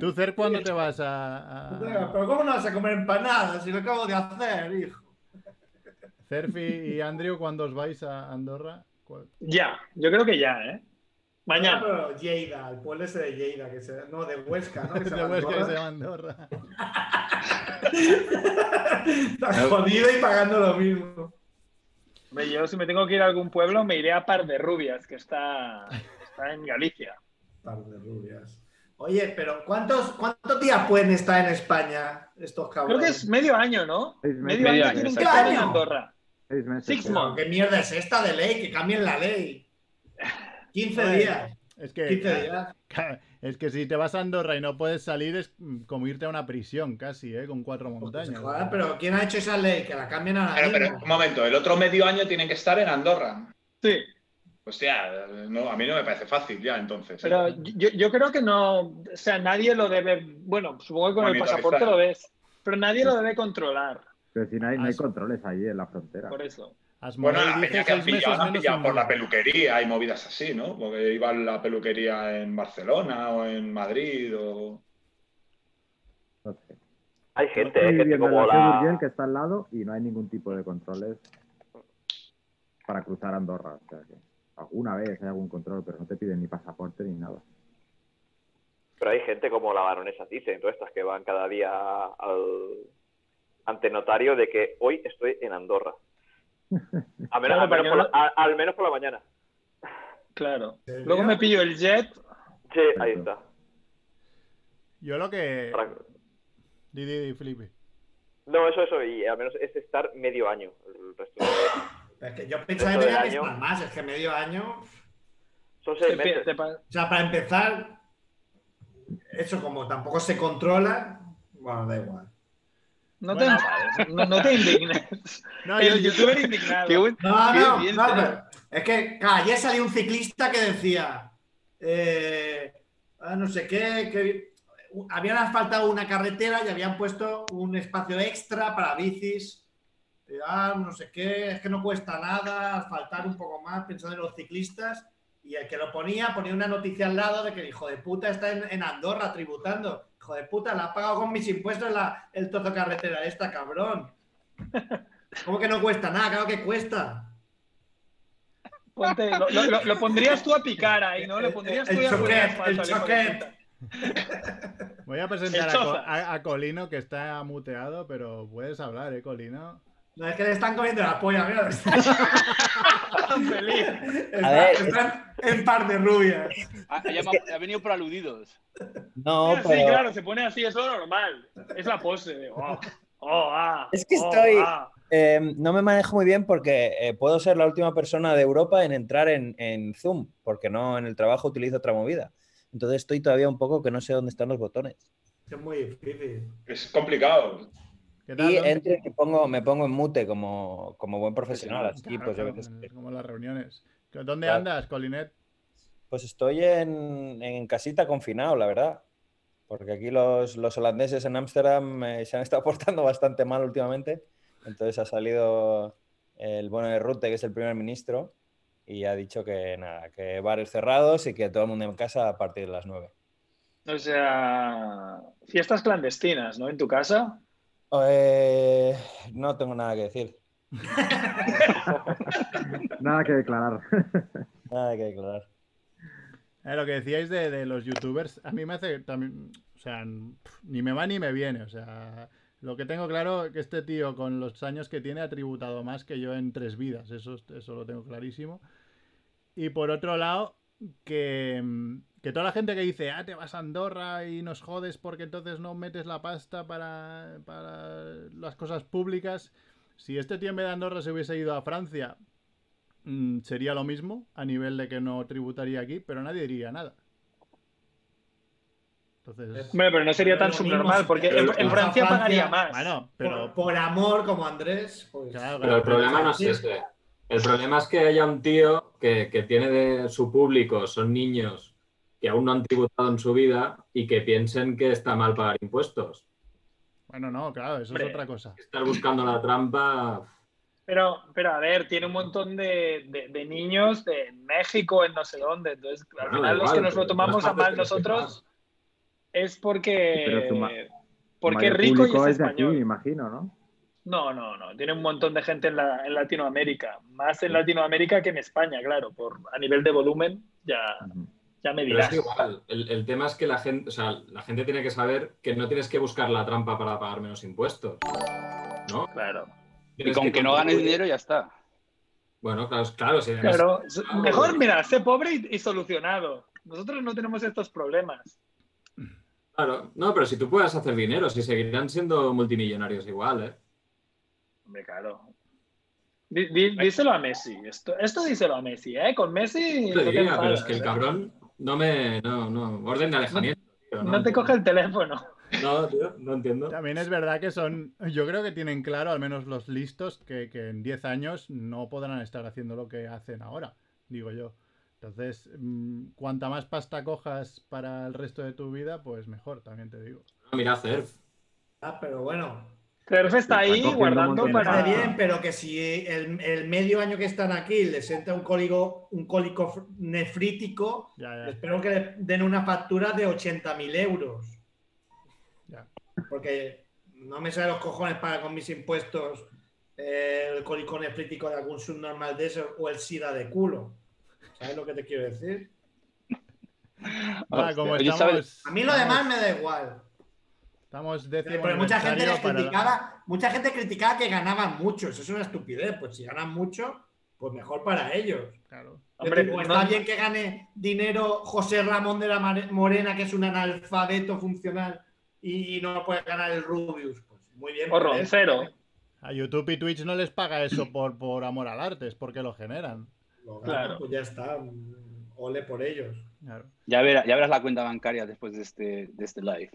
Speaker 1: ¿Tú, Cer, cuándo te vas a, a-
Speaker 4: Pero ¿cómo no vas a comer empanadas si lo acabo de hacer, hijo?
Speaker 1: Cerfi y Andrew, cuándo os vais a Andorra? ¿Cuál-
Speaker 6: Ya, yo creo que ya, ¿eh? Mañana.
Speaker 4: No, pero Lleida, el pueblo ese de Lleida, que se, no, de Huesca, ¿no? Que se
Speaker 1: De Huesca, que
Speaker 4: abandona.
Speaker 1: se llama Andorra.
Speaker 4: Está jodido y pagando lo mismo.
Speaker 6: Hombre, Yo, si me tengo que ir a algún pueblo, me iré a Par de Rubias, que está, está en Galicia.
Speaker 4: Par de Rubias. Oye, pero ¿cuántos, ¿cuántos días pueden estar en España estos
Speaker 6: Creo
Speaker 4: cabrones?
Speaker 6: que es medio año, ¿no?
Speaker 4: meses.
Speaker 6: Medio
Speaker 4: Medio
Speaker 6: año
Speaker 4: año,
Speaker 6: tienen que
Speaker 4: exacto.
Speaker 6: estar en Andorra.
Speaker 10: Seis meses.
Speaker 6: Six months.
Speaker 4: ¿Qué mierda es esta de ley? Que cambien la ley. 15
Speaker 1: Bueno,
Speaker 4: días.
Speaker 1: Es que,
Speaker 4: 15 días.
Speaker 1: ca- es que si te vas a Andorra y no puedes salir es mm, como irte a una prisión casi, ¿eh? Con cuatro montañas.
Speaker 4: Pues Joder, pero ¿quién ha hecho esa ley? Que la cambien a la
Speaker 3: Pero, pero, un momento, el otro medio año tienen que estar en Andorra.
Speaker 6: Sí.
Speaker 3: Hostia, no, a mí no me parece fácil ya entonces. ¿eh?
Speaker 6: Pero yo, yo creo que no, o sea, nadie lo debe, bueno, supongo que con el
Speaker 3: Monitorizar.
Speaker 6: pasaporte lo ves, pero nadie lo debe controlar,
Speaker 10: Pero si no hay, no hay controles ahí en la frontera.
Speaker 6: por eso.
Speaker 3: Bueno, la peña
Speaker 1: dice
Speaker 3: que han
Speaker 1: seis meses
Speaker 3: pillado, la han
Speaker 1: menos
Speaker 3: pillado
Speaker 1: un
Speaker 3: por la
Speaker 1: mes.
Speaker 3: peluquería y movidas así, ¿no? Porque iba a la peluquería en Barcelona o en Madrid o...
Speaker 5: Hay gente,
Speaker 10: Estoy
Speaker 5: eh, gente
Speaker 10: viviendo en la
Speaker 5: como la...
Speaker 10: Seburgel, que está al lado, y no hay ningún tipo de controles para cruzar Andorra. O sea que alguna vez hay algún control, pero no te piden ni pasaporte ni nada.
Speaker 5: Pero hay gente como la baronesa dicen, todas estas que van cada día al ante notario de que hoy estoy en Andorra. A menos-
Speaker 6: Claro,
Speaker 5: al, menos
Speaker 6: pero
Speaker 5: por
Speaker 6: yo
Speaker 5: la, a- al menos por la mañana.
Speaker 6: Claro. Luego me pillo el jet.
Speaker 5: Sí, ahí está.
Speaker 1: Yo lo que...
Speaker 5: Para-
Speaker 1: Di, di, di, Felipe.
Speaker 5: No, eso, eso, y al menos es estar medio año. El resto
Speaker 4: Es que yo pensaba que
Speaker 5: Esto del
Speaker 4: tenía que
Speaker 5: año.
Speaker 4: estar más, es que medio año.
Speaker 5: son
Speaker 6: seis Te pi- meses. te pa-
Speaker 4: O sea, para empezar, eso como tampoco se controla, bueno, da igual.
Speaker 6: No,
Speaker 4: Bueno,
Speaker 6: te, no, no te indignes. el youtuber indignado.
Speaker 4: No,
Speaker 6: Qué
Speaker 4: no,
Speaker 6: bien,
Speaker 4: no,
Speaker 6: tío.
Speaker 4: pero es que claro, ayer salió un ciclista que decía, eh, ah, no sé qué, que habían asfaltado una carretera y habían puesto un espacio extra para bicis. Eh, Ah, no sé qué, es que no cuesta nada asfaltar un poco más pensando en los ciclistas. Y el que lo ponía ponía una noticia al lado de que el hijo de puta está en, en Andorra tributando. Hijo de puta, la ha pagado con mis impuestos la, el trozo carretera esta, cabrón. ¿Cómo que no cuesta nada? Claro que cuesta.
Speaker 6: Ponte- lo, lo- lo- lo pondrías tú a picar ahí, ¿no? Lo pondrías tú
Speaker 4: El
Speaker 6: a poner
Speaker 4: choquet,
Speaker 6: asfalto,
Speaker 4: el
Speaker 6: al hijo de
Speaker 4: choquet.
Speaker 6: puta.
Speaker 1: Voy a presentar
Speaker 6: El
Speaker 1: a, Co-
Speaker 6: Chozas.
Speaker 1: a- a Colino, que está muteado, pero puedes hablar, ¿eh, Colino?
Speaker 4: No es que le están comiendo la polla, mira.
Speaker 6: Feliz.
Speaker 4: Está-
Speaker 12: ver.
Speaker 4: están en par de rubias.
Speaker 2: Ha, ha llamado- ha venido por aludidos.
Speaker 12: No,
Speaker 6: Sí,
Speaker 12: pero-
Speaker 6: claro, se pone así, es lo normal. Es la pose de, oh, oh, ah,
Speaker 12: Es que
Speaker 6: oh,
Speaker 12: estoy.
Speaker 6: ah.
Speaker 12: eh, no me manejo muy bien porque eh, puedo ser la última persona de Europa en entrar en, en Zoom, porque no en el trabajo utilizo otra movida. Entonces estoy todavía un poco que no sé dónde están los botones.
Speaker 4: Es muy difícil.
Speaker 3: Es complicado.
Speaker 1: ¿Qué tal?
Speaker 12: Y
Speaker 1: Dónde-
Speaker 12: entro y me pongo, me pongo en mute como, como buen profesional. Así,
Speaker 1: Claro,
Speaker 12: pues, yo a
Speaker 1: claro,
Speaker 12: veces-
Speaker 1: es como las reuniones. ¿Dónde
Speaker 12: Claro.
Speaker 1: andas, Colinet?
Speaker 12: pues estoy en, en casita confinado, la verdad. Porque aquí los, los holandeses en Ámsterdam eh, se han estado portando bastante mal últimamente. Entonces ha salido el bueno de Rutte, que es el primer ministro, y ha dicho que nada, que bares cerrados y que todo el mundo en casa a partir de las 9.
Speaker 6: O sea, fiestas clandestinas, ¿no? En tu casa.
Speaker 12: Eh, no tengo nada que decir.
Speaker 10: Nada que declarar.
Speaker 12: Nada que declarar.
Speaker 1: Eh, lo que decíais de, de los youtubers, a mí me hace también, o sea, n- pf, ni me va ni me viene, o sea, lo que tengo claro es que este tío con los años que tiene ha tributado más que yo en tres vidas, eso, eso lo tengo clarísimo. Y por otro lado, que, mm, que toda la gente que dice, ah, te vas a Andorra y nos jodes porque entonces no metes la pasta para, para las cosas públicas, si este tío en vez de Andorra se hubiese ido a Francia, mm, sería lo mismo a nivel de que no tributaría aquí, pero nadie diría nada. Entonces,
Speaker 6: Hombre, pero no sería tan
Speaker 4: Lo mismo,
Speaker 6: subnormal, porque en,
Speaker 4: pero-
Speaker 6: en Francia pagaría más.
Speaker 1: bueno,
Speaker 4: Por,
Speaker 1: pero
Speaker 4: por amor, como Andrés. pues-
Speaker 8: Pero el problema no es este. ese. El problema es que haya un tío que, que tiene de su público, son niños que aún no han tributado en su vida y que piensen que está mal pagar impuestos.
Speaker 1: bueno, no, claro, eso es
Speaker 6: Hombre.
Speaker 1: otra cosa.
Speaker 8: Estar buscando la trampa.
Speaker 6: Pero, pero a ver, tiene un montón de, de- de niños de México, en no sé dónde. Entonces, al
Speaker 8: Bueno,
Speaker 6: final,
Speaker 8: da
Speaker 6: los que
Speaker 8: igual,
Speaker 6: nos lo
Speaker 8: pero
Speaker 6: tomamos
Speaker 8: no
Speaker 6: a mal
Speaker 8: hace-
Speaker 6: nosotros es
Speaker 10: Pero tu ma-
Speaker 6: porque. Porque
Speaker 10: mayor
Speaker 6: rico y
Speaker 10: público
Speaker 6: es
Speaker 10: es de aquí, me
Speaker 6: español.
Speaker 10: imagino, ¿no?
Speaker 6: No, no, no. Tiene un montón de gente en, la- en Latinoamérica. Más en Latinoamérica que en España, claro. Por, a nivel de volumen, ya, ya me
Speaker 8: Pero es
Speaker 6: dirás.
Speaker 8: que igual, el, el tema es que la gente, o sea, la gente tiene que saber que no tienes que buscar la trampa para pagar menos impuestos. ¿No?
Speaker 6: Claro.
Speaker 2: Y con que no ganes dinero ya está.
Speaker 8: Bueno, claro, claro, si además-
Speaker 6: Claro, s- mejor mira, sé pobre y, y solucionado. Nosotros no tenemos estos problemas.
Speaker 8: claro. No, pero si tú puedas hacer dinero, si seguirán siendo multimillonarios igual, ¿eh?
Speaker 6: Hombre, claro. Di- di- díselo a Messi. Esto, esto díselo a Messi, ¿eh? Con Messi.
Speaker 8: Yo te
Speaker 6: no te
Speaker 8: diría, pero
Speaker 6: enfadas,
Speaker 8: es que el
Speaker 6: ¿eh?
Speaker 8: cabrón no me. No, no. Orden de alejamiento. tío,
Speaker 6: No te coge el teléfono.
Speaker 8: No, tío, no entiendo.
Speaker 1: También es verdad que son, yo creo que tienen claro, al menos los listos, que, que en 10 años no podrán estar haciendo lo que hacen ahora, digo yo. Entonces, mm, cuanta más pasta cojas para el resto de tu vida, pues mejor, también te digo.
Speaker 8: Mira, Cerf.
Speaker 4: Ah, pero bueno.
Speaker 6: Cerf está ahí
Speaker 8: cogiendo
Speaker 6: guardando
Speaker 8: montones.
Speaker 6: para.
Speaker 4: Está bien, pero que si el, el medio año que están aquí les entra un cólico, un cólico fr- nefrítico,
Speaker 1: Ya, ya.
Speaker 4: espero que le den una factura de 80.000 euros.
Speaker 1: Ya.
Speaker 4: Porque no me salen los cojones para con mis impuestos eh, el cólico nefrítico de algún subnormal de esos o el SIDA de culo. ¿Sabes lo que te quiero decir?
Speaker 1: Va,
Speaker 2: Hostia,
Speaker 1: Ah, como
Speaker 2: oye,
Speaker 1: estamos,
Speaker 2: ¿sabes?
Speaker 4: A mí lo demás me da igual.
Speaker 1: estamos
Speaker 4: Pero
Speaker 1: décimo
Speaker 4: porque mucha gente les
Speaker 1: aniversario para-
Speaker 4: criticaba, mucha gente criticaba que ganaban mucho. Eso es una estupidez. Pues si ganan mucho, pues mejor para ellos.
Speaker 1: Claro.
Speaker 4: Yo
Speaker 6: Hombre,
Speaker 4: digo,
Speaker 6: no-
Speaker 4: está bien que gane dinero José Ramón de la Mare- Morena, que es un analfabeto funcional, y, y no puede ganar el Rubius. Pues muy bien.
Speaker 6: O
Speaker 4: por él.
Speaker 6: Roncero.
Speaker 1: A YouTube y Twitch no les paga eso por, por amor al arte, es porque lo generan.
Speaker 4: Lo gana,
Speaker 6: Claro.
Speaker 4: Pues ya está. mm, Ole por ellos.
Speaker 1: Claro.
Speaker 2: Ya verás, ya verás la cuenta bancaria después de este, de este live.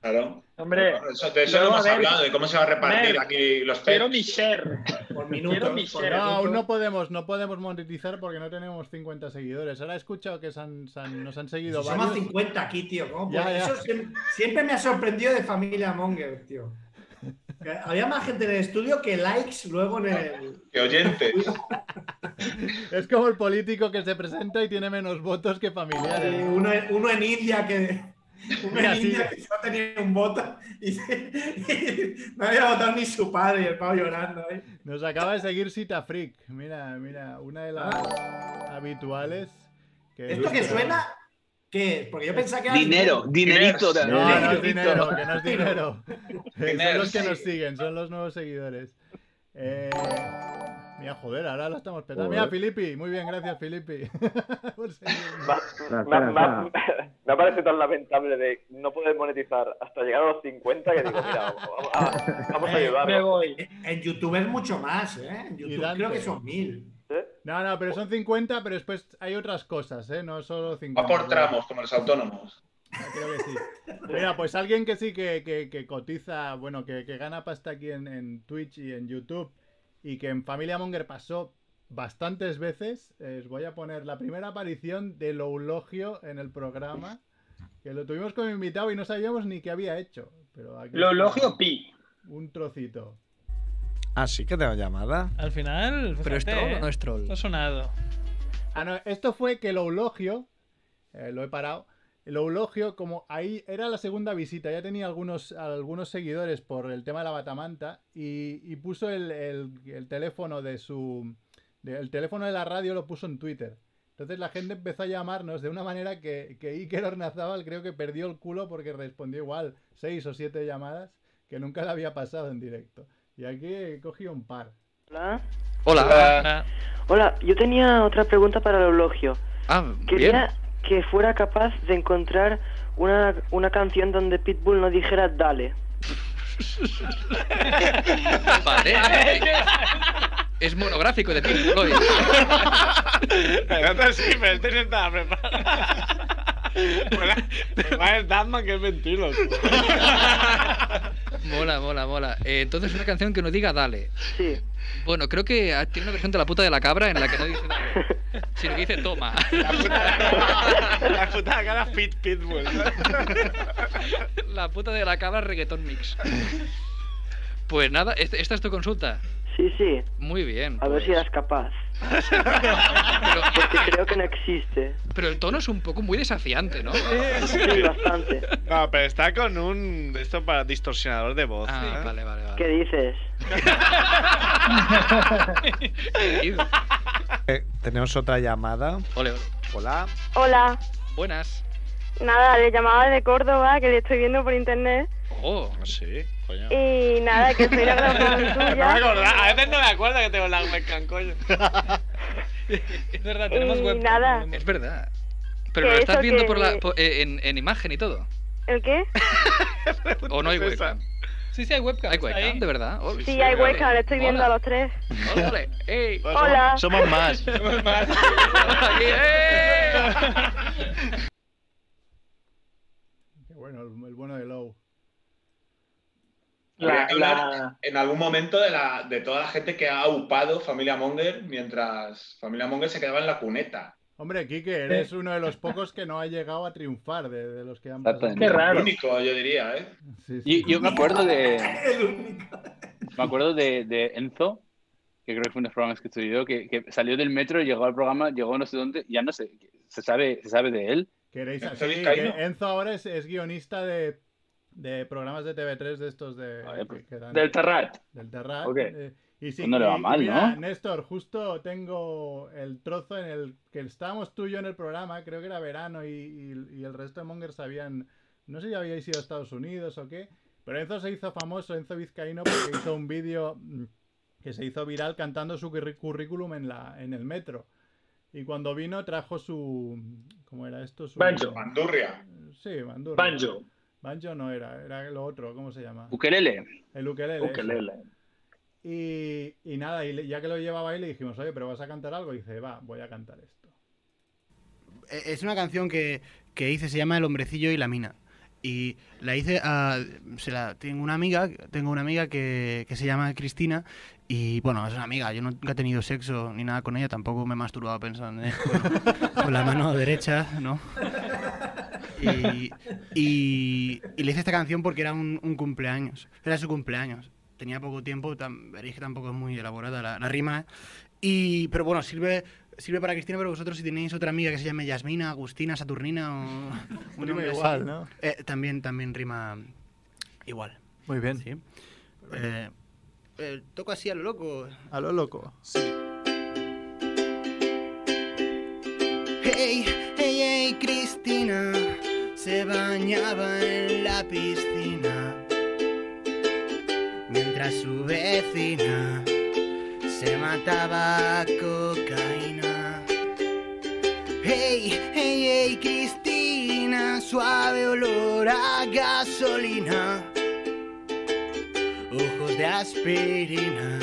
Speaker 3: Claro.
Speaker 6: Hombre,
Speaker 3: Claro, eso- de eso
Speaker 6: luego,
Speaker 3: no hemos
Speaker 6: a ver,
Speaker 3: hablado, de cómo se va a repartir
Speaker 6: Mer,
Speaker 3: aquí los
Speaker 6: quiero
Speaker 3: pesos.
Speaker 6: mi share.
Speaker 4: Por minutos.
Speaker 6: mi
Speaker 4: por
Speaker 6: share.
Speaker 1: No,
Speaker 4: minutos.
Speaker 1: aún no podemos, no podemos monetizar porque no tenemos 50 seguidores. Ahora he escuchado que se han- se han- nos han
Speaker 4: Si
Speaker 1: seguido
Speaker 4: somos
Speaker 1: varios.
Speaker 4: 50 aquí, tío. ¿cómo
Speaker 1: Ya,
Speaker 4: puede-
Speaker 1: ya.
Speaker 4: Eso siempre, siempre me ha sorprendido de familia Monger, tío. Que Había más gente en el estudio que likes luego en el,
Speaker 3: Que oyentes.
Speaker 1: Es como el político que se presenta y tiene menos votos que
Speaker 4: Eh,
Speaker 1: familiares.
Speaker 4: uno, uno en India que. Uno
Speaker 1: Mira,
Speaker 4: en
Speaker 1: sí.
Speaker 4: India que solo tenía un voto y, y no había votado ni su padre, el pavo llorando. ¿eh?
Speaker 1: Nos acaba de seguir Sita Freak. Mira, mira, una de las habituales. Que
Speaker 4: Ah. ¿Esto que suena? ¿Qué es? Porque yo pensaba que era.
Speaker 2: Eh, Dinero, dinerito.
Speaker 1: No, no es
Speaker 2: dinerito.
Speaker 1: dinero, que no es dinero. Eh, son
Speaker 3: Dinero,
Speaker 1: los que
Speaker 3: sí.
Speaker 1: nos siguen, son los nuevos seguidores. Eh, mira, joder, ahora lo estamos petando. Mira,
Speaker 5: Joder.
Speaker 1: Filipi. Muy bien, gracias, Filipi. Por seguir.
Speaker 5: Me, me- me ha parecido tan lamentable de no poder monetizar hasta llegar a los 50 que digo, mira, vamos a, vamos
Speaker 13: Eh,
Speaker 14: Eh,
Speaker 5: a ayudarlo.
Speaker 15: Eh, En- En YouTube es mucho más, ¿eh? En YouTube
Speaker 1: Dante.
Speaker 15: creo que son mil.
Speaker 1: No, no, pero son 50, pero después hay otras cosas, ¿eh? No solo 50.
Speaker 3: Va por tramos, como los autónomos.
Speaker 1: Creo que sí. Mira, pues alguien que sí que, que- que cotiza, bueno, que, que gana pasta aquí en, en Twitch y en YouTube y que en Familia Monger pasó bastantes veces, eh, os voy a poner la primera aparición del Eulogio en el programa, que lo tuvimos como invitado y no sabíamos ni qué había hecho. Pero aquí está
Speaker 7: Lologio Pi.
Speaker 1: Un trocito.
Speaker 16: Ah, sí que tengo llamada.
Speaker 7: Al final.
Speaker 16: Pero es
Speaker 7: fíjate,
Speaker 16: troll o
Speaker 7: ¿eh?
Speaker 16: no es troll.
Speaker 7: Esto ha sonado.
Speaker 1: Ah, no, esto fue que el Eulogio, eh, lo he parado, el Eulogio, como ahí era la segunda visita, ya tenía algunos, algunos seguidores por el tema de la batamanta y, y puso el, el- el teléfono de su... de- el teléfono de la radio lo puso en Twitter. Entonces la gente empezó a llamarnos de una manera que, que Iker Ornazábal creo que perdió el culo porque respondió igual seis o siete llamadas que nunca le había pasado en directo. Y aquí he cogido un par.
Speaker 13: Hola.
Speaker 1: Hola.
Speaker 13: Hola. Hola, yo tenía otra pregunta para el eulogio.
Speaker 6: Ah,
Speaker 13: Quería que fuera capaz de encontrar una, una canción donde Pitbull no dijera dale.
Speaker 6: Vale. es monográfico de Pink Floyd.
Speaker 17: No te sí, pero este no estaba preparado. Te va el Batman que es mentiroso.
Speaker 6: Mola, mola, mola. Eh, entonces una canción que no diga dale.
Speaker 13: Sí.
Speaker 6: Bueno, creo que ah, tiene una versión de la puta de la cabra en la que no dice dale. Sino que dice toma.
Speaker 17: La puta cara Pit Pitbull.
Speaker 6: La puta de la cabra reggaeton mix. Pues nada, este- esta es tu consulta.
Speaker 13: Sí, sí.
Speaker 6: Muy bien.
Speaker 13: A ver
Speaker 6: pues.
Speaker 13: si eras capaz. Porque creo que no existe.
Speaker 6: Pero el tono es un poco muy desafiante, ¿no?
Speaker 13: Sí, bastante.
Speaker 17: No, pero está con un. Esto para distorsionador de voz. ¿eh?
Speaker 6: Ah, vale, vale,
Speaker 13: ¿Qué dices?
Speaker 16: Eh, tenemos otra llamada. Hola.
Speaker 12: Hola.
Speaker 6: Buenas.
Speaker 12: Nada, le llamaba de Córdoba, que le estoy viendo por internet.
Speaker 6: Oh,
Speaker 17: sí, coño.
Speaker 12: Y nada, que soy la gran fan
Speaker 17: No me
Speaker 12: tuya.
Speaker 17: acordaba, a veces no me acuerdo que tengo la webcam, coño.
Speaker 6: Es verdad,
Speaker 12: tenemos Y webcam, nada.
Speaker 6: Es verdad. Pero
Speaker 12: Que
Speaker 6: lo estás
Speaker 12: eso
Speaker 6: viendo
Speaker 12: que-
Speaker 6: por la, por- eh, en, en imagen y todo.
Speaker 12: ¿El qué?
Speaker 6: ¿O no hay
Speaker 17: es esa?
Speaker 6: webcam?
Speaker 7: Sí, sí, hay webcam.
Speaker 6: ¿Hay webcam, de
Speaker 17: Ah,
Speaker 6: verdad? Oh,
Speaker 12: Sí, hay
Speaker 6: vale.
Speaker 12: hueca, le estoy viendo a los tres.
Speaker 6: Órale, ey.
Speaker 12: Hola.
Speaker 17: Somos más.
Speaker 7: Somos más.
Speaker 1: Qué bueno, el, el bueno de Low.
Speaker 3: Habría que hablar En algún momento de, la, de toda la gente que ha upado Familia Monger mientras Familia Monger se quedaba en la cuneta.
Speaker 1: Hombre, Kike, eres uno de los pocos que no ha llegado a triunfar de, de los que han pasado.
Speaker 2: Exactamente. Qué raro.
Speaker 3: El único, yo diría, ¿eh?
Speaker 2: Y- Yo, me acuerdo de. Me acuerdo de, de Enzo, que creo que fue uno de los programas que estudió, que, que salió del metro, llegó al programa, llegó no sé dónde, ya no sé, se sabe, se sabe de él.
Speaker 1: ¿Queréis
Speaker 2: Enzo
Speaker 1: así?
Speaker 2: Vizcaíno.
Speaker 1: que Enzo ahora es, es guionista de, de programas de TV3 de estos de.
Speaker 2: pues,
Speaker 1: que dan-
Speaker 2: del Terrat.
Speaker 1: Del Terrat.
Speaker 2: Ok.
Speaker 1: eh, y sí,
Speaker 2: Pues no le
Speaker 1: y-
Speaker 2: va
Speaker 1: y
Speaker 2: mal,
Speaker 1: mira,
Speaker 2: ¿no?
Speaker 1: Néstor, justo tengo el trozo en el que estábamos tú y yo en el programa, creo que era verano y, y- y el resto de Mongers habían. No sé si habíais ido a Estados Unidos o qué, pero Enzo se hizo famoso, Enzo Vizcaíno, porque hizo un vídeo mm, que se hizo viral cantando su curri- currículum en, la, en el metro. Y cuando vino trajo su... ¿Cómo era esto? Su,
Speaker 2: Banjo.
Speaker 3: Bandurria.
Speaker 1: Sí, bandurria.
Speaker 2: Banjo.
Speaker 1: Banjo no era, era lo otro, ¿cómo se llama?
Speaker 2: Ukelele.
Speaker 1: El ukelele. eso.
Speaker 2: Ukelele.
Speaker 1: Y, y nada, y le- ya que lo llevaba ahí le dijimos, oye, pero vas a cantar algo. Y dice, va, voy a cantar esto.
Speaker 4: Eh, Es una canción que, que hice, se llama El hombrecillo y la mina. Y la hice a. Se la, tengo una amiga, tengo una amiga que, que se llama Cristina. Y bueno, es una amiga, yo nunca he tenido sexo ni nada con ella, tampoco me he masturbado pensando en ella, bueno, con la mano derecha, ¿no? Y, y- y le hice esta canción porque era un, un cumpleaños, era su cumpleaños. Tenía poco tiempo, tam- veréis que tampoco es muy elaborada la, la rima. Y, pero bueno, sirve, sirve para Cristina, pero vosotros si tenéis otra amiga que se llame Yasmina, Agustina, Saturnina o... un
Speaker 1: Rima
Speaker 4: nombre así,
Speaker 1: igual, ¿no?
Speaker 4: eh, también, también rima igual.
Speaker 16: Muy bien.
Speaker 4: Sí. Eh, eh, toco así a lo loco.
Speaker 16: A lo loco.
Speaker 4: Hey, hey, hey, Cristina se bañaba en la piscina mientras su vecina
Speaker 13: se mataba cocaína. Hey, hey, hey, Cristina, suave olor a gasolina. Ojos de aspirina,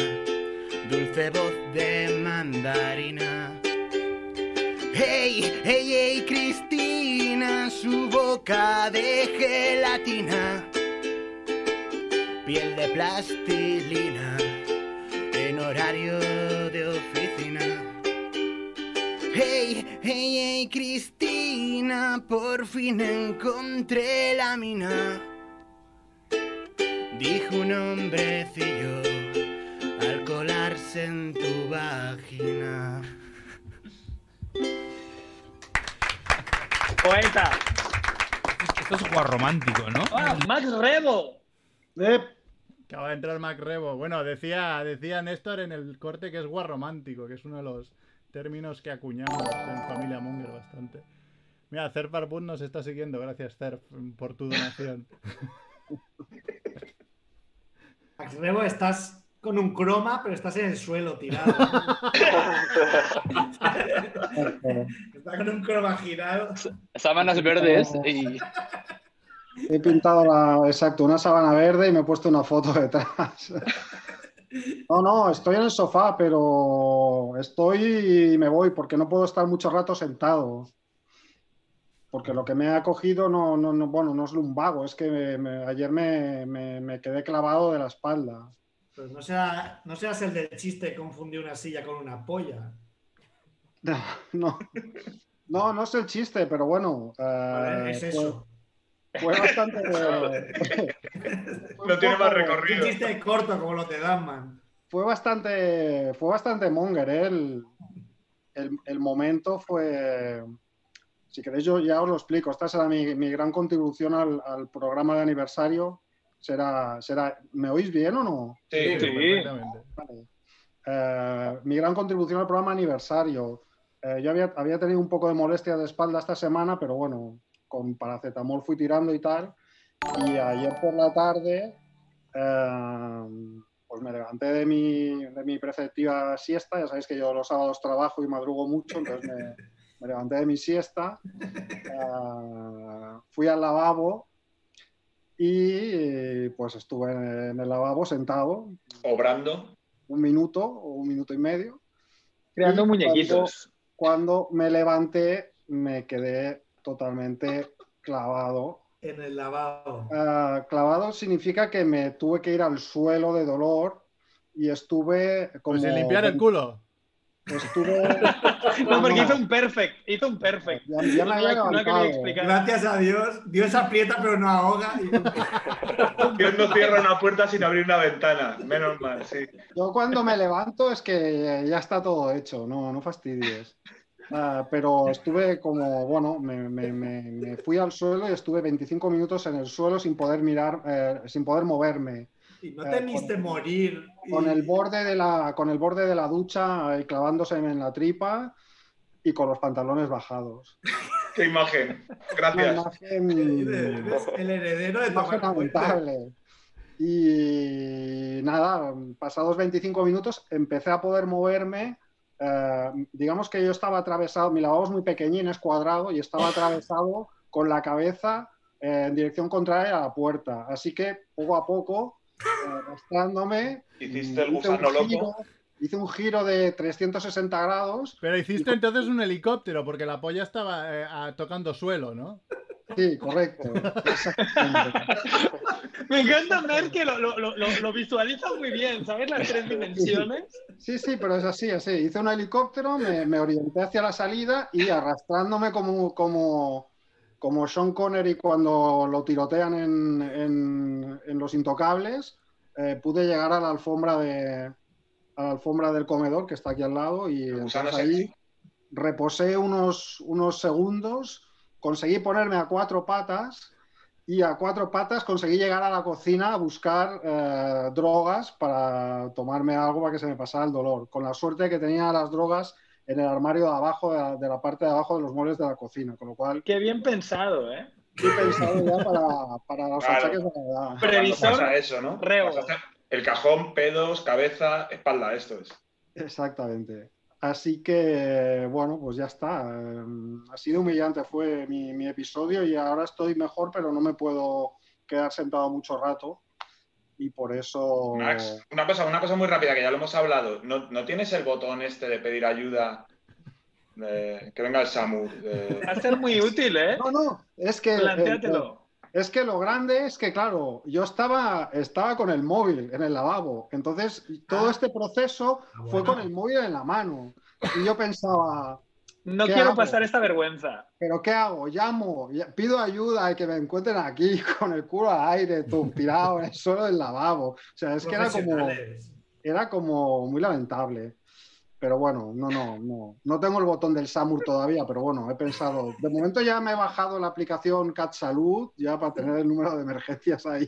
Speaker 13: dulce voz de mandarina. Hey, hey, hey, Cristina, su boca de gelatina, piel de plastilina, en horario de oficina. Hey, hey, hey, Cristina, por fin encontré la mina. Dijo un hombrecillo al colarse en tu vagina.
Speaker 6: Poeta.
Speaker 18: Esto es guarromántico, ¿no?
Speaker 6: Ah, Max Rebo.
Speaker 1: Acaba de entrar Mac Rebo. Bueno, decía, decía Néstor en el corte que es guarromántico, que es uno de los términos que acuñamos en Familia Munger bastante. Mira, Cerf Barbun nos está siguiendo. Gracias, Cerf, por tu donación.
Speaker 4: Max Rebo, estás con un croma, pero estás en el suelo tirado. Está con un croma girado.
Speaker 2: Sábanas verdes y.
Speaker 19: He pintado la, exacto, una sábana verde y me he puesto una foto detrás. No, no, estoy en el sofá, pero estoy y me voy porque no puedo estar mucho rato sentado. Porque lo que me ha cogido no, no, no- bueno, no es lumbago, es que me- ayer me, me- me quedé clavado de la espalda.
Speaker 4: Pues no, sea, no seas el del chiste confundir una silla con una polla.
Speaker 19: No, no, no es el chiste, pero bueno. eh,
Speaker 4: Vale, es eso.
Speaker 19: Fue, fue bastante.
Speaker 4: No tiene más recorrido. Un chiste corto como lo te dan, man.
Speaker 19: fue bastante fue bastante monger ¿eh? el, el- el momento fue si queréis yo ya os lo explico esta será mi, mi gran contribución al, al programa de aniversario será será me oís bien o no
Speaker 1: Sí, sí. perfectamente.
Speaker 19: Eh, mi gran contribución al programa aniversario Eh, yo había, había tenido un poco de molestia de espalda esta semana pero bueno con paracetamol fui tirando y tal y ayer por la tarde eh, pues me levanté de mi, de mi preceptiva siesta, ya sabéis que yo los sábados trabajo y madrugo mucho, entonces me, me levanté de mi siesta, ah, fui al lavabo y pues estuve en el lavabo sentado.
Speaker 3: Obrando.
Speaker 19: Un minuto o un minuto y medio.
Speaker 3: Creando
Speaker 19: Y cuando-
Speaker 3: muñequitos.
Speaker 19: Cuando, me levanté me quedé totalmente clavado.
Speaker 4: En el lavabo.
Speaker 19: Ah, clavado significa que me tuve que ir al suelo de dolor y estuve como...
Speaker 1: Pues sin limpiar el culo.
Speaker 19: Estuve...
Speaker 6: No, porque hizo un perfect. Hizo un perfect.
Speaker 19: ya me había
Speaker 6: no, no quería
Speaker 19: levantado.
Speaker 6: explicar.
Speaker 4: Gracias a Dios. Dios aprieta pero no ahoga.
Speaker 3: Dios no cierra una puerta sin abrir una ventana. Menos mal, sí.
Speaker 19: Yo cuando me levanto es que ya está todo hecho, no, no fastidies. Ah, pero estuve como, bueno, me, me- me- me fui al suelo y estuve 25 minutos en el suelo sin poder mirar, eh, sin poder moverme.
Speaker 4: Y
Speaker 19: Eh,
Speaker 4: no temiste morir.
Speaker 19: Con el borde de la, con el borde de la ducha eh, clavándoseme en la tripa y con los pantalones bajados.
Speaker 3: Qué imagen.
Speaker 19: Una
Speaker 3: Gracias.
Speaker 19: imagen-
Speaker 4: El heredero de
Speaker 19: imagen
Speaker 4: Tomás Fuente.
Speaker 19: lamentable. Y nada, pasados 25 minutos empecé a poder moverme. eh, digamos que yo estaba atravesado, mi lavabo es muy pequeñín, es cuadrado, y estaba atravesado con la cabeza eh, en dirección contraria a la puerta. Así que poco a poco, eh, arrastrándome,
Speaker 3: Hiciste el
Speaker 19: hice un
Speaker 3: gusano
Speaker 19: giro-
Speaker 3: loco.
Speaker 19: hice un giro de 360 grados
Speaker 1: Pero hiciste entonces un helicóptero, porque la polla estaba eh, a- tocando suelo, ¿no?
Speaker 19: Sí, correcto.
Speaker 6: Me encanta ver que lo, lo, lo, lo- lo visualiza muy bien, ¿sabes? Las tres dimensiones.
Speaker 19: Sí, sí, pero es así, así. Hice un helicóptero, me, me orienté hacia la salida y arrastrándome como, como, como Sean Connery cuando lo tirotean en, en- en Los Intocables, eh, pude llegar a la alfombra de a la alfombra del comedor que está aquí al lado y
Speaker 3: gusano
Speaker 19: entonces ahí reposé unos, unos segundos, conseguí ponerme a cuatro patas y a cuatro patas conseguí llegar a la cocina a buscar eh, drogas para tomarme algo para que se me pasara el dolor. Con la suerte que tenía las drogas en el armario de abajo, de la, de la parte de abajo de los muebles de la cocina, con lo cual...
Speaker 6: Qué bien pensado, ¿eh?
Speaker 19: He pensado ya para, para los
Speaker 3: Claro.
Speaker 19: achaques de la edad.
Speaker 3: Cuando pasa eso, ¿no? Vas a hacer El cajón, pedos, cabeza, espalda, esto es.
Speaker 19: Exactamente. Así que, bueno, pues ya está. Eh, Ha sido humillante, fue mi, mi episodio y ahora estoy mejor, pero no me puedo quedar sentado mucho rato. Y por eso...
Speaker 3: Max, una cosa, una cosa muy rápida que ya lo hemos hablado. ¿No, no tienes el botón este de pedir ayuda? de- que venga el Samu. de-
Speaker 6: Va a ser muy útil, ¿eh?
Speaker 19: No, no, es que...
Speaker 6: Plantéatelo.
Speaker 19: eh, es que lo grande es que, claro, yo estaba, estaba con el móvil en el lavabo. Entonces,
Speaker 6: Ah.
Speaker 19: todo este proceso fue con el móvil en la mano. Y yo pensaba...
Speaker 6: No
Speaker 19: ¿qué
Speaker 6: quiero
Speaker 19: hago?
Speaker 6: pasar esta vergüenza.
Speaker 19: ¿Pero qué hago? Llamo, ya- pido ayuda y que me encuentren aquí con el culo al aire, tú, tirado en el suelo del lavabo. O sea, es que era como,
Speaker 4: Profesionales.
Speaker 19: era como muy lamentable. Pero bueno, no, no, no. No tengo el botón del SAMUR todavía, pero bueno, he pensado. De momento ya me he bajado la aplicación Cat Salud, ya para tener el número de emergencias ahí.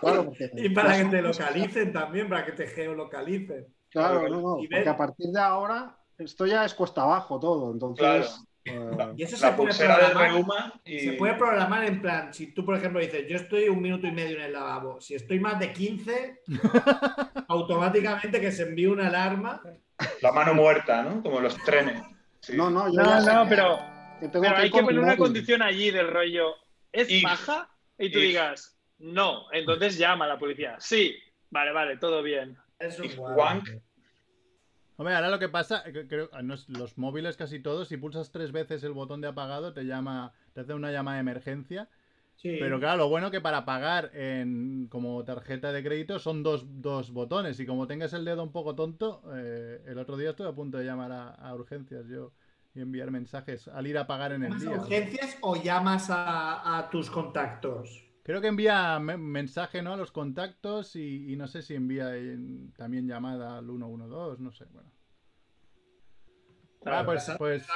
Speaker 19: Claro, porque-
Speaker 4: Y para que te localicen también, para que te geolocalicen.
Speaker 19: pues, Claro, no, no,
Speaker 4: Y
Speaker 19: porque
Speaker 4: ven-
Speaker 19: a partir de ahora esto ya es cuesta abajo todo, entonces... eh,
Speaker 4: Y eso se puede programar. Se puede programar en plan, si tú, por ejemplo, dices, yo estoy un minuto y medio en el lavabo, si estoy más de 15, automáticamente que se envíe una alarma.
Speaker 3: La mano muerta, ¿no? Como los trenes.
Speaker 19: No, no, yo
Speaker 6: No,
Speaker 19: ya sé
Speaker 6: no,
Speaker 19: que-
Speaker 6: pero-
Speaker 19: que tengo
Speaker 6: Pero hay que poner una
Speaker 19: combinarlo.
Speaker 6: condición allí del rollo. ¿Es baja? Y tú
Speaker 19: if.
Speaker 6: digas, no. Entonces llama a la policía. Sí. Vale, vale, todo bien.
Speaker 4: If
Speaker 1: wank. Hombre, ahora lo que pasa, que creo, ah, no es- los móviles casi todos, si pulsas tres veces el botón de apagado, te llama, te hace una llamada de emergencia.
Speaker 4: Sí.
Speaker 1: Pero claro, lo bueno que para pagar en, como tarjeta de crédito son dos, dos botones. Y como tengas el dedo un poco tonto, eh, el otro día estuve a punto de llamar a, a urgencias yo y enviar mensajes al ir a pagar en el
Speaker 4: ¿Llamas a
Speaker 1: día.
Speaker 4: urgencias o llamas a, a tus contactos?
Speaker 1: Creo que envía me- mensaje ¿no? a los contactos y, y no sé si envía en- también llamada al 112, no sé. Bueno. Ah, pues, pues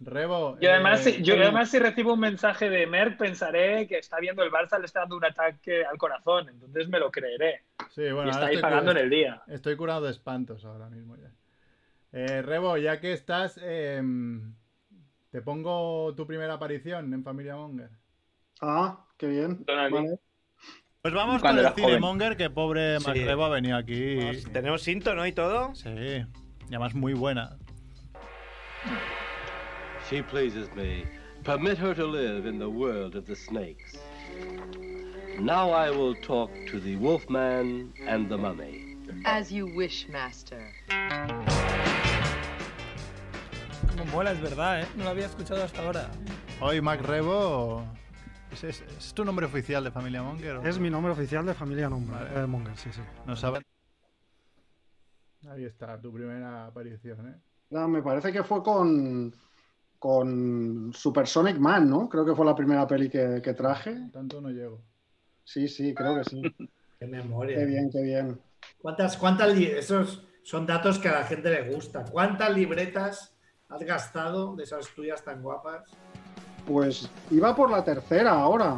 Speaker 1: Rebo.
Speaker 6: Yo además,
Speaker 1: eh,
Speaker 6: si, yo además si recibo un mensaje de Merck, pensaré que está viendo el Barça, le está dando un ataque al corazón. Entonces me lo creeré.
Speaker 1: Sí,
Speaker 6: y
Speaker 1: bueno, ahora
Speaker 6: está ahí
Speaker 1: estoy
Speaker 6: pagando en
Speaker 1: curado-
Speaker 6: el día.
Speaker 1: Estoy curado de espantos ahora mismo ya. Eh, Rebo, ya que estás, em, te pongo tu primera aparición en Familia Monger.
Speaker 19: Ah, qué bien. Vale.
Speaker 1: Pues
Speaker 19: vamos Cuando con el era joven.
Speaker 1: Monger, que pobre
Speaker 19: Sí.
Speaker 1: Macrebo ha venido aquí.
Speaker 9: Tenemos cinto, ¿no? Y todo.
Speaker 1: Sí. Y además muy buena.
Speaker 20: She pleases me. Permit her to live in the world of the snakes. Now I will talk to the wolfman and the mummy.
Speaker 21: As you wish, master.
Speaker 18: Como mola, es verdad, ¿eh? No lo había escuchado hasta ahora.
Speaker 1: Hoy Macrebo... ¿Es, es, es tu nombre oficial de Familia Monger? o-
Speaker 19: Es mi nombre oficial de familia Nombre, eh, Monger, sí, sí.
Speaker 1: No sabe- Ahí está, tu primera aparición, ¿eh?
Speaker 19: No, me parece que fue con, con Supersonic Man, ¿no? Creo que fue la primera peli que, que traje.
Speaker 1: Tanto no llego.
Speaker 19: Sí, sí, creo que sí.
Speaker 4: Qué memoria.
Speaker 19: Qué bien, qué bien.
Speaker 4: ¿Cuántas, cuántas li- esos son datos que a la gente le gusta? ¿Cuántas libretas has gastado de esas tuyas tan guapas?
Speaker 19: Pues iba por la tercera ahora.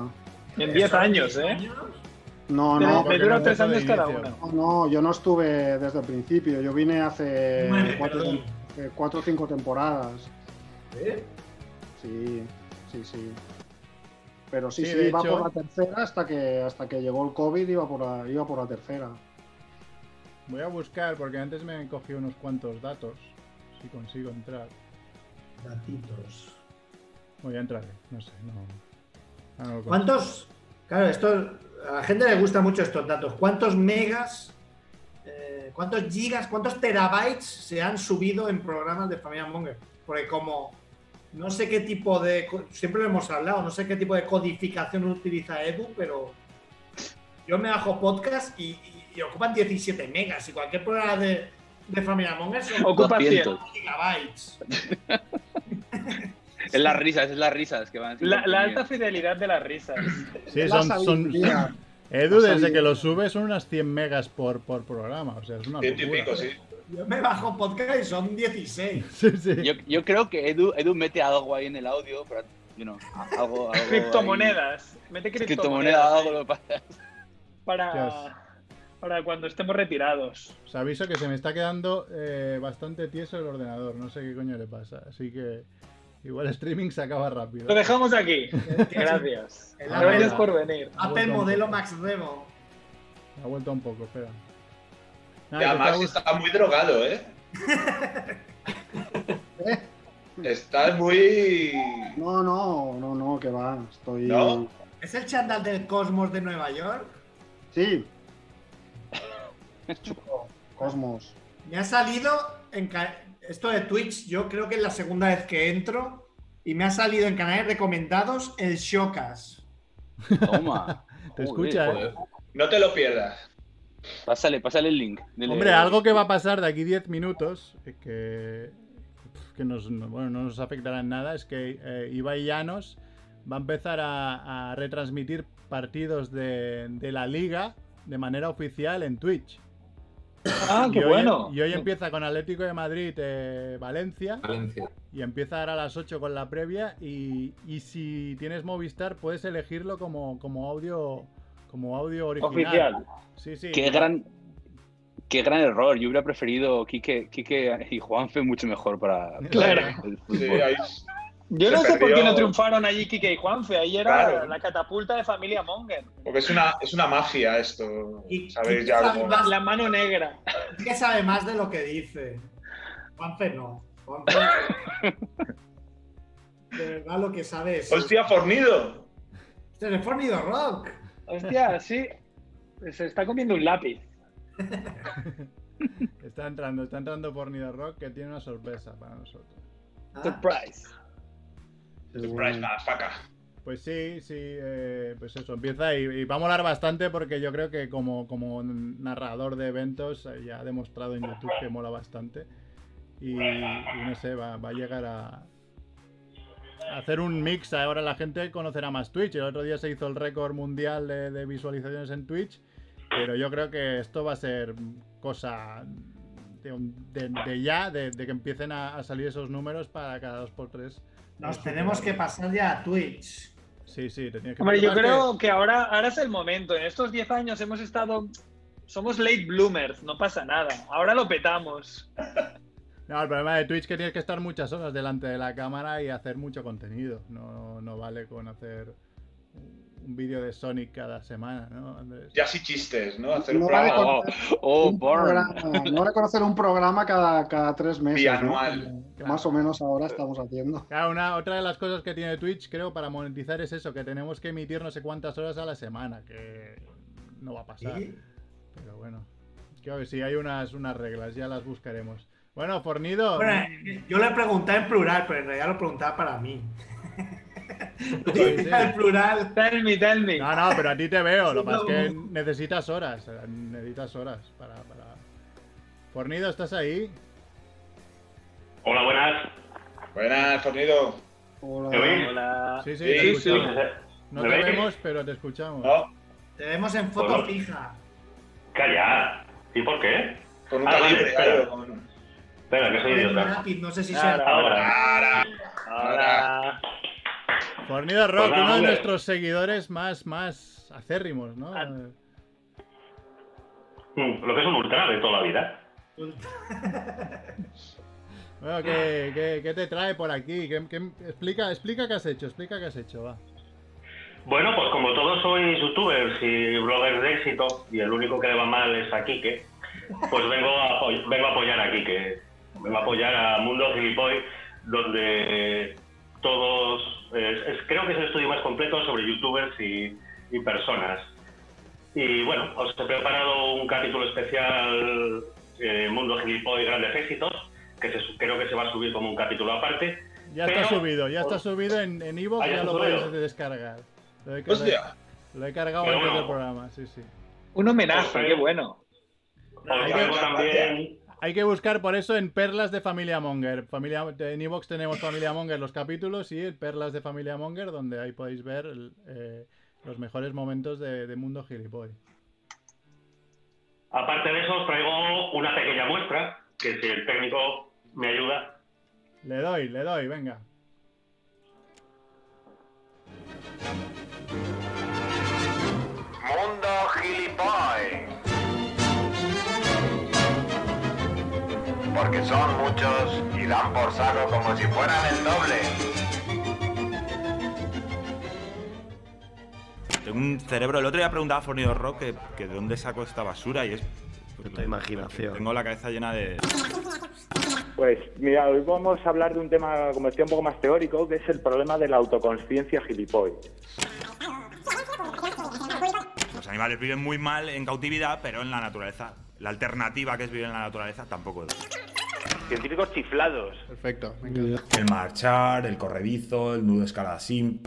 Speaker 6: En 10 años, ¿eh?
Speaker 19: No,
Speaker 6: Pero
Speaker 19: no.
Speaker 6: me
Speaker 19: porque
Speaker 6: dura
Speaker 19: no-
Speaker 6: tres años cada una.
Speaker 19: No, no, yo no estuve desde el principio. Yo vine hace
Speaker 6: Vale,
Speaker 19: cuatro,
Speaker 6: perdón.
Speaker 19: eh, cuatro o cinco temporadas.
Speaker 4: ¿Eh?
Speaker 19: Sí, sí, sí. Pero sí,
Speaker 1: Sí,
Speaker 19: sí,
Speaker 1: de
Speaker 19: iba
Speaker 1: hecho-
Speaker 19: por la tercera hasta que hasta que llegó el COVID iba por la, iba por la tercera.
Speaker 1: Voy a buscar porque antes me han cogido unos cuantos datos. Si consigo entrar.
Speaker 4: Datitos.
Speaker 1: Voy a entrar, no sé, no. ah, no lo
Speaker 4: ¿Cuántos? Claro, esto a la gente le gusta mucho estos datos. ¿Cuántos megas, eh, cuántos gigas, cuántos terabytes se han subido en programas de Familia Monger? Porque como no sé qué tipo de, co- siempre lo hemos hablado, no sé qué tipo de codificación utiliza Edu, pero yo me bajo podcast y, y- y ocupan 17 megas y cualquier programa de, de Familia Monger son
Speaker 2: Ocupa
Speaker 4: 200
Speaker 2: 100.
Speaker 4: gigabytes.
Speaker 2: Es las risas, es las risas que van. sin
Speaker 6: La, la
Speaker 2: contenido.
Speaker 6: alta fidelidad de las risas.
Speaker 1: Sí, son, son-
Speaker 6: sabiduría.
Speaker 1: Edu,
Speaker 6: La
Speaker 1: desde
Speaker 6: sabiduría.
Speaker 1: que lo sube son unas 100 megas por, por programa. O sea, es una
Speaker 2: Ciento y
Speaker 1: locura.
Speaker 2: pico, sí.
Speaker 4: Yo me bajo podcast y son 16.
Speaker 2: Yo, yo creo que Edu, Edu mete algo ahí en el audio, pero, you know, a- algo, algo ahí.
Speaker 6: Criptomonedas. Mete
Speaker 2: Criptomonedas,
Speaker 6: criptomonedas. ¿eh?
Speaker 2: algo lo pasa.
Speaker 1: Dios.
Speaker 6: Para, para cuando estemos retirados.
Speaker 1: Os aviso que se me está quedando eh, bastante tieso el ordenador. No sé qué coño le pasa. Así que igual streaming se acaba rápido.
Speaker 6: Lo dejamos aquí. Gracias.
Speaker 1: El
Speaker 6: Gracias
Speaker 1: Apple-
Speaker 6: por venir.
Speaker 1: Apple modelo
Speaker 4: Max Rebo.
Speaker 1: Ha vuelto un poco, espera. Nada,
Speaker 3: Ya,
Speaker 1: que
Speaker 3: Max
Speaker 1: está
Speaker 3: está muy drogado, ¿eh? Estás muy.
Speaker 19: No, no, no, no, que va. Estoy.
Speaker 3: ¿No?
Speaker 4: ¿Es el chandal del Cosmos de Nueva York?
Speaker 19: Sí. Cosmos.
Speaker 4: Me ha salido en ca- esto de Twitch, yo creo que es la segunda vez que entro y me ha salido en canales recomendados el Shocas.
Speaker 2: Toma.
Speaker 1: Te escucha, eh.
Speaker 3: No te lo pierdas.
Speaker 2: Pásale, pásale el link. Dile-
Speaker 1: Hombre, algo que va a pasar de aquí 10 minutos, eh, que, pf, que nos, no- bueno, no nos afectará en nada, es que eh, Ibai Llanos va a empezar a, a retransmitir partidos de, de la liga de manera oficial en Twitch.
Speaker 6: Ah, qué
Speaker 1: y hoy- em,
Speaker 6: bueno.
Speaker 1: y hoy empieza con Atlético de Madrid, eh, Valencia.
Speaker 8: Valencia.
Speaker 1: Y empieza ahora a las 8 con la previa. Y, y si tienes Movistar, puedes elegirlo como, como audio como audio original.
Speaker 2: Oficial.
Speaker 1: Sí, sí.
Speaker 2: Qué gran, qué gran error. Yo hubiera preferido Quique, Quique y Juanfe mucho mejor para
Speaker 6: Claro.
Speaker 2: el fútbol.
Speaker 3: Sí, ahí-
Speaker 6: Yo
Speaker 2: Se
Speaker 6: no sé por qué
Speaker 2: perdió.
Speaker 6: no triunfaron allí Kike y Juanfe. Ahí era
Speaker 3: Claro.
Speaker 6: la catapulta de familia Monger.
Speaker 3: Porque es una, es una mafia esto. Sabéis ya
Speaker 4: sabe
Speaker 3: cómo-
Speaker 4: más?
Speaker 6: La mano negra.
Speaker 4: ¿Qué sabe más de lo que dice? Juanfe no. Juanfe, de verdad lo que sabe es.
Speaker 3: ¡Hostia, fornido!
Speaker 4: Este es el Fornido Rock.
Speaker 6: Hostia, sí. Se está comiendo un lápiz.
Speaker 1: Está entrando, está entrando por Nido Rock, que tiene una sorpresa para nosotros.
Speaker 6: Surprise.
Speaker 3: Surprise, motherfucker.
Speaker 1: Pues sí, sí, eh, pues eso, empieza y, y va a molar bastante porque yo creo que como, como narrador de eventos eh, ya ha demostrado en YouTube que mola bastante. Y, y no sé, va, va a llegar a, a hacer un mix. Ahora la gente conocerá más Twitch. El otro día se hizo el récord mundial de, de visualizaciones en Twitch. Pero yo creo que esto va a ser cosa de, un- de- de ya, de, de que empiecen a, a salir esos números para cada dos por tres.
Speaker 4: Nos tenemos que pasar ya a Twitch.
Speaker 1: Sí, sí, te tienes que
Speaker 6: Hombre, yo
Speaker 1: Lo que pasa es
Speaker 6: creo que ahora, ahora es el momento. En estos 10 años hemos estado. Somos late bloomers, no pasa nada. Ahora lo petamos.
Speaker 1: No, el problema de Twitch es que tienes que estar muchas horas delante de la cámara y hacer mucho contenido. No, no vale con hacer un vídeo de Sonic cada semana, ¿no, Andrés?
Speaker 3: Ya sí chistes, ¿no? Hacer
Speaker 19: No
Speaker 3: un
Speaker 19: vale
Speaker 3: programa.
Speaker 19: con- Programa. No reconocer un programa cada, cada tres meses. ¿no?
Speaker 3: Bianual.
Speaker 19: Que Más o menos ahora estamos haciendo.
Speaker 1: Claro, una, otra de las cosas que tiene Twitch, creo, para monetizar es eso, que tenemos que emitir no sé cuántas horas a la semana, que no va a pasar.
Speaker 4: ¿Sí?
Speaker 1: Pero bueno, creo que sí, hay unas, unas reglas, ya las buscaremos. Bueno, Fornido,
Speaker 4: Bueno, yo le preguntaba en plural, pero en realidad lo preguntaba para mí.
Speaker 1: Sí, sí.
Speaker 4: En plural.
Speaker 6: Tell me, tell me.
Speaker 1: No, no, pero a ti te veo. Lo que pasa es que
Speaker 4: No.
Speaker 1: necesitas horas. eh, Necesitas horas para. para... Fornido, ¿estás ahí?
Speaker 7: Hola, buenas.
Speaker 3: Buenas, fornido.
Speaker 7: ¿Me oís?
Speaker 1: Sí,
Speaker 3: Sí,
Speaker 1: sí, te
Speaker 3: sí.
Speaker 1: escuchamos. No
Speaker 7: ¿Me
Speaker 1: te
Speaker 7: veis?
Speaker 1: vemos, pero te escuchamos.
Speaker 3: No.
Speaker 4: Te vemos en foto
Speaker 7: Hola.
Speaker 4: fija.
Speaker 7: Calla. ¿Y por qué?
Speaker 3: Con
Speaker 7: un
Speaker 3: calibre,
Speaker 7: espera.
Speaker 3: claro,
Speaker 7: Espera, que soy
Speaker 4: Con un
Speaker 7: idiota.
Speaker 4: lápiz, no sé si
Speaker 7: Ahora,
Speaker 4: sea.
Speaker 7: ahora.
Speaker 6: Ahora.
Speaker 1: Fornido Rock,
Speaker 7: Hola,
Speaker 1: uno de
Speaker 7: Pues hombre.
Speaker 1: nuestros seguidores más, más acérrimos, ¿no?
Speaker 7: Ah. Mm, Lo que es un ultra de toda la vida.
Speaker 1: Bueno, ¿qué, qué, qué te trae por aquí? ¿Qué- qué- explica, explica qué has hecho, explica qué has hecho, va.
Speaker 7: Bueno, pues como todos sois youtubers y bloggers de éxito, y el único que le va mal es a Quique, pues vengo a, apoy- vengo a apoyar a Quique. Vengo a apoyar a Mundo Gilipoy, donde eh, todos. eh, es- creo que es el estudio más completo sobre youtubers y, y personas. Y bueno, os he preparado un capítulo especial eh, Mundo Gilipoy Grandes Éxitos, que se su- creo que se va a subir como un capítulo aparte.
Speaker 1: Ya está
Speaker 7: Pero- Pues-
Speaker 1: subido, ya está subido en, en Evox,
Speaker 7: Ah, ya
Speaker 1: ya
Speaker 7: está
Speaker 1: lo
Speaker 7: subido.
Speaker 1: puedes descargar. Lo he, cargado-
Speaker 7: Hostia.
Speaker 1: lo he cargado
Speaker 7: Pero
Speaker 1: antes
Speaker 7: bueno.
Speaker 1: del programa, sí, sí.
Speaker 6: Un homenaje, qué bueno.
Speaker 7: Os traigo también.
Speaker 1: Hay que buscar por eso en Perlas de Familia Monger. Familia, en Evox tenemos Familia Monger los capítulos y en Perlas de Familia Monger, donde ahí podéis ver el, eh, los mejores momentos de, de Mundo Gilipoy.
Speaker 7: Aparte de eso, os traigo una pequeña muestra, que si el técnico me ayuda.
Speaker 1: Le doy, le doy, venga.
Speaker 7: Mundo gilipoy.
Speaker 11: Porque son muchos y dan por saco como si fueran el doble.
Speaker 22: Tengo un cerebro. El otro día preguntaba a Fornido Rock que, que de dónde saco esta basura y es.
Speaker 9: puta imaginación.
Speaker 10: Tengo la cabeza llena de.
Speaker 12: Pues mira, hoy vamos a hablar de un tema como decía un poco más teórico, que es el problema de la autoconsciencia gilipollas.
Speaker 10: Los animales viven muy mal en cautividad, pero en la naturaleza. La alternativa que es vivir en la naturaleza tampoco es.
Speaker 5: Científicos chiflados.
Speaker 10: Perfecto. El marchar, el corredizo, el nudo escalada sim.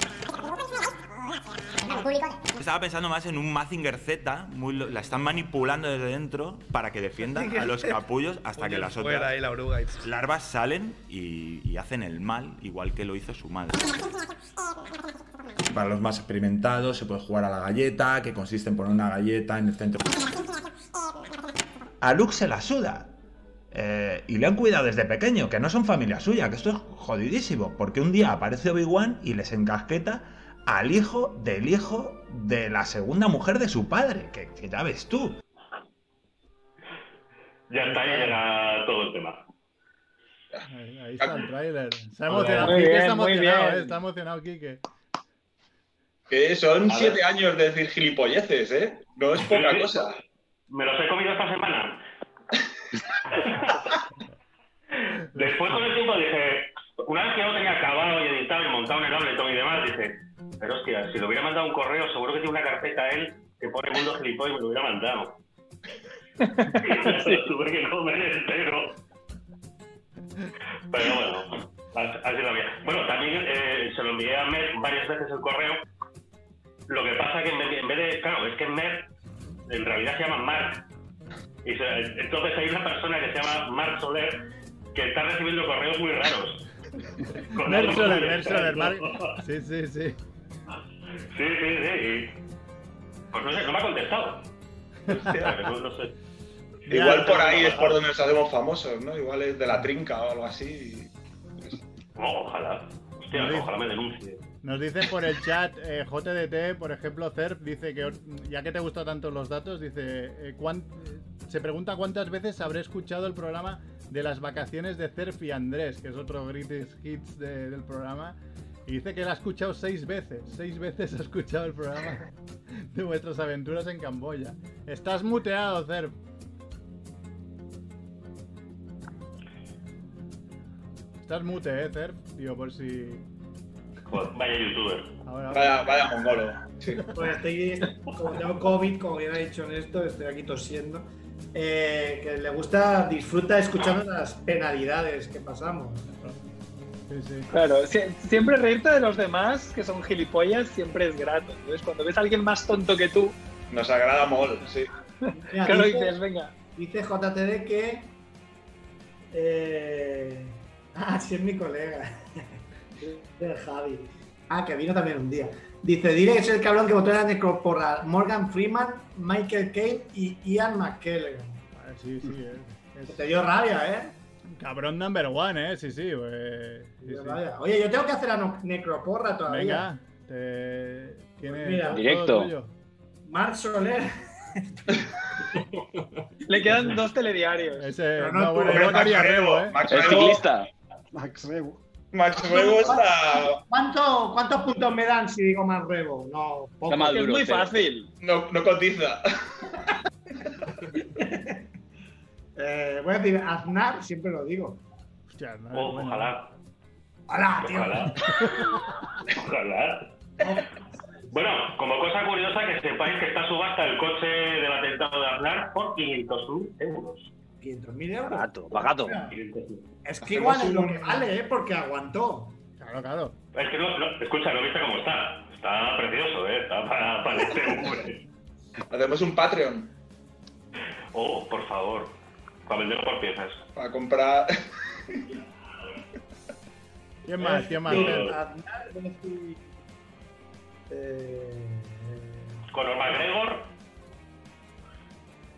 Speaker 10: Estaba pensando más en un Mazinger Z, muy lo- la están manipulando desde dentro para que defiendan a los capullos hasta que las
Speaker 9: Fuera
Speaker 10: otras
Speaker 9: ahí la oruga y-
Speaker 10: larvas salen y, y hacen el mal, igual que lo hizo su madre. Para los más experimentados se puede jugar a la galleta, que consiste en poner una galleta en el centro.
Speaker 22: A Luke se la suda. Eh, y le han cuidado desde pequeño, que no son familia suya, que esto es jodidísimo. Porque un día aparece Obi-Wan y les encasqueta al hijo del hijo de la segunda mujer de su padre, que, que ya ves tú.
Speaker 7: Ya está, ya llega todo el tema.
Speaker 1: Ahí, ahí está el tráiler. Se ha emocionado,
Speaker 3: Muy
Speaker 1: Quique
Speaker 3: bien,
Speaker 1: se ha
Speaker 3: muy
Speaker 1: emocionado,
Speaker 3: bien.
Speaker 1: eh, está emocionado, Quique.
Speaker 3: Que son
Speaker 7: A ver.
Speaker 3: siete años de decir gilipolleces, ¿eh? No es poca cosa.
Speaker 7: Me los he comido esta semana. Después con el tiempo dije, una vez que ya lo tenía acabado y editado y montado en el Ableton y demás, dije, pero hostia, si le hubiera mandado un correo, seguro que tiene una carpeta a él que pone mundo gilipollas y me lo hubiera mandado. Sí, tuve que comer entero. Pero bueno, as- así lo vi. Bueno, también eh, se lo envié a Mer varias veces el correo. Lo que pasa que en vez- en vez de, claro, es que Mer en realidad se llama Mark. Y se- entonces hay una persona que se llama Mark Soler que está recibiendo correos muy raros. Con
Speaker 1: Nerd
Speaker 7: algo
Speaker 1: Soler,
Speaker 7: muy
Speaker 1: Nerd Soler,
Speaker 7: extraño.
Speaker 1: Mar- Sí, sí, sí.
Speaker 7: Sí, sí, sí. y- Pues no sé, no me ha contestado. Hostia, no, no sé.
Speaker 3: Igual por ahí es por donde nos hacemos famosos, ¿no? Igual es de la trinca o algo así.
Speaker 7: Oh, ojalá. Hostia,
Speaker 1: Sí.
Speaker 7: ojalá me denuncie.
Speaker 1: Nos dicen por el chat, eh, JDT, por ejemplo, CERP, dice que ya que te gustan tanto los datos, dice, eh, cuán- se pregunta cuántas veces habré escuchado el programa de las vacaciones de CERP y Andrés, que es otro greatest hits de- del programa, y dice que la ha escuchado seis veces, seis veces ha escuchado el programa de vuestras aventuras en Camboya. Estás muteado, CERP. Estás mute, eh, CERP, digo, por si...
Speaker 7: Joder, Pues vaya youtuber.
Speaker 1: Ahora-
Speaker 3: Vaya, vaya mongolo. Sí.
Speaker 4: Bueno, estoy, como tengo COVID, como bien ha dicho Néstor, estoy aquí tosiendo. Eh, que le gusta, disfruta escuchando las penalidades que pasamos.
Speaker 6: Claro, si- siempre reírte de los demás que son gilipollas siempre es grato. Entonces, cuando ves a alguien más tonto que tú,
Speaker 3: Nos agrada mol, sí.
Speaker 4: Mira,
Speaker 6: claro,
Speaker 4: dice-
Speaker 6: dices, venga.
Speaker 4: Dice JTD que. eh, ah, sí, es mi colega. El Javi. Ah, que vino también un día. Dice: Dile que soy el cabrón que votó en la necroporra. Morgan Freeman, Michael Caine y Ian McKellen.
Speaker 1: Ah, Sí, sí, eh. Es-
Speaker 4: Te dio rabia, ¿eh?
Speaker 1: Cabrón number one, eh. Sí, sí, eh, sí, sí.
Speaker 4: Rabia. Oye, yo tengo que hacer la no- necroporra todavía. Eh, Pues
Speaker 1: Venga, te... tiene
Speaker 4: mira.
Speaker 1: todo
Speaker 4: Directo.
Speaker 1: tuyo.
Speaker 4: Mark Soler.
Speaker 6: Le quedan dos telediarios.
Speaker 1: Ese,
Speaker 4: no, no,
Speaker 1: bueno, yo no haría rebo, eh.
Speaker 6: El ciclista.
Speaker 19: Max Rebo.
Speaker 3: Max
Speaker 4: Rebo está- ¿Cuánto- ¿Cuántos puntos me dan si digo más rebo? No, poco.
Speaker 3: No, no cotiza.
Speaker 4: Eh, voy a decir Aznar, siempre lo digo.
Speaker 1: Hostia, no,
Speaker 7: Oh,
Speaker 1: bueno.
Speaker 7: ojalá.
Speaker 4: Ojalá, tío.
Speaker 7: Ojalá. Ojalá. Bueno, como cosa curiosa, que sepáis que está a subasta el coche del atentado de Aznar por 500.000 euros.
Speaker 4: 500.000 euros.
Speaker 7: Bagato,
Speaker 4: bagato. Es que igual es lo que vale, ¿eh? Porque aguantó.
Speaker 1: Claro, claro.
Speaker 7: Es que no, no, escucha, no viste cómo está. Está precioso, ¿eh? Está para, para este hombre.
Speaker 3: Hacemos un Patreon
Speaker 7: Oh, por favor. Para venderlo por piezas.
Speaker 3: para comprar.
Speaker 1: ¿Quién más? ¿Quién más?
Speaker 4: Eh,
Speaker 1: Fer?
Speaker 4: Aznar, voy a decir, eh,
Speaker 7: Conor McGregor.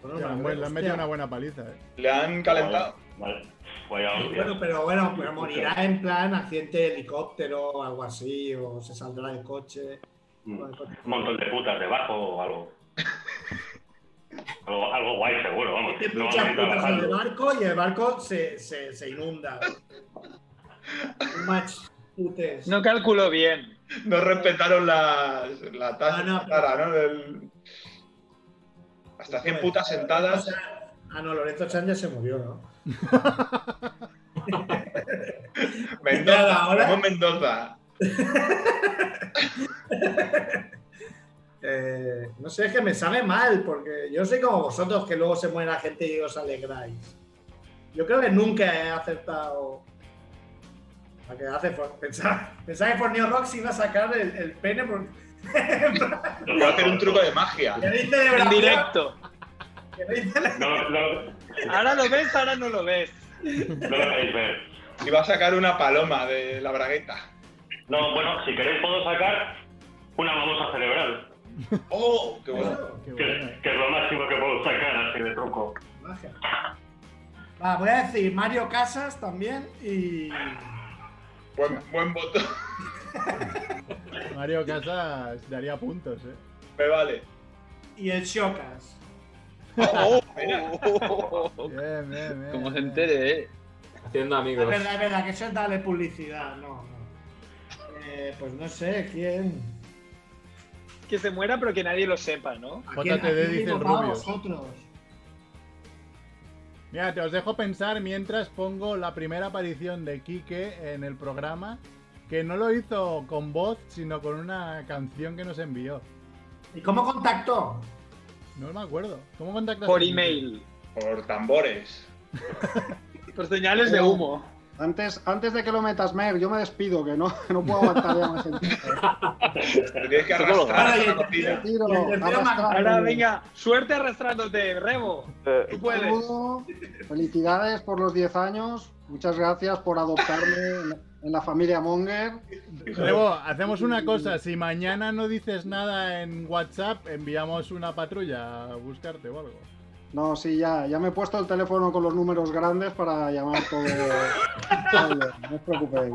Speaker 1: Hostia,
Speaker 4: Conor McGregor,
Speaker 1: bueno, le han metido
Speaker 4: pues, hostia.
Speaker 1: una buena paliza, eh.
Speaker 3: Le han calentado.
Speaker 7: Vale. Vaya hostia.
Speaker 4: Bueno, pero bueno, pero morirá en plan accidente de helicóptero o algo así, o se saldrá del coche.
Speaker 7: Mm.
Speaker 4: pues, o del coche.
Speaker 7: Un montón de putas debajo o algo. algo. Algo guay, seguro, vamos. No vamos
Speaker 4: Muchas putas
Speaker 7: a ir
Speaker 4: en el
Speaker 7: trabajando.
Speaker 4: barco y el barco se, se, se inunda. Un match putes.
Speaker 6: No calculó bien.
Speaker 3: No respetaron la, la tasa
Speaker 4: Ah, No, no, Pues,
Speaker 3: cara, ¿no? Del- Hasta 100 putas sentadas.
Speaker 4: Ah, no, Lorenzo Chan ya se murió, ¿no?
Speaker 3: Mendoza,
Speaker 4: pues, ahora-
Speaker 3: Ramón Mendoza.
Speaker 4: Eh, no sé, es que me sabe mal, porque yo soy como vosotros, que luego se muere la gente y os alegráis. Yo creo que nunca he aceptado. A que hace for- pensaba, pensaba que Fornio Rock se iba a sacar el, el pene por.
Speaker 3: Va a hacer un truco de magia.
Speaker 4: Que no hice de brazo.
Speaker 6: directo.
Speaker 4: Que no hice
Speaker 6: Ahora lo ves, ahora no lo ves.
Speaker 7: No lo queréis ver.
Speaker 3: Y va a sacar una paloma de la bragueta.
Speaker 7: No, bueno, si queréis puedo sacar una babosa cerebral.
Speaker 3: ¡Oh! ¡Qué bueno!
Speaker 7: Que, que es lo máximo que puedo sacar así de truco.
Speaker 4: Va, voy a decir Mario Casas también y.
Speaker 3: Buen, buen voto.
Speaker 1: Mario Casas daría puntos, eh.
Speaker 3: Me vale.
Speaker 4: Y el Shokas.
Speaker 6: Oh.
Speaker 1: Bien, bien, bien.
Speaker 2: Como se entere, ¿eh?
Speaker 8: Haciendo
Speaker 4: Es
Speaker 8: amigos.
Speaker 4: verdad, es verdad, que eso es darle publicidad, no, no. Eh, pues no sé, ¿quién?
Speaker 6: Que se muera, pero que nadie lo sepa, ¿no?
Speaker 4: ¿A quién- a quién votaba vosotros?
Speaker 1: Mira, te os dejo pensar mientras pongo la primera aparición de Quique en el programa, que no lo hizo con voz, sino con una canción que nos envió.
Speaker 4: ¿Y cómo contactó?
Speaker 1: No me acuerdo. ¿Cómo contactaste?
Speaker 6: Por
Speaker 1: con Quique?
Speaker 6: email.
Speaker 3: Por tambores.
Speaker 6: Por señales de humo.
Speaker 19: Antes, antes de que lo metas, Mer, yo me despido, que no, no puedo aguantar ya más el
Speaker 3: Tienes que
Speaker 6: Ahora,
Speaker 3: arrastrar
Speaker 6: y-
Speaker 3: la cocina.
Speaker 19: tiro.
Speaker 6: Y el tercero,
Speaker 19: arrastrando.
Speaker 6: man- Ahora, venga, suerte arrastrándote, Rebo.
Speaker 9: Eh,
Speaker 6: Tú puedes.
Speaker 19: Saludo, felicidades por los 10 años. Muchas gracias por adoptarme en la, en la familia Monger.
Speaker 1: Rebo, hacemos una cosa. Si mañana no dices nada en WhatsApp, enviamos una patrulla a buscarte o algo.
Speaker 19: No, sí, ya, ya me he puesto el teléfono con los números grandes para llamar todo. Está bien, no os preocupéis.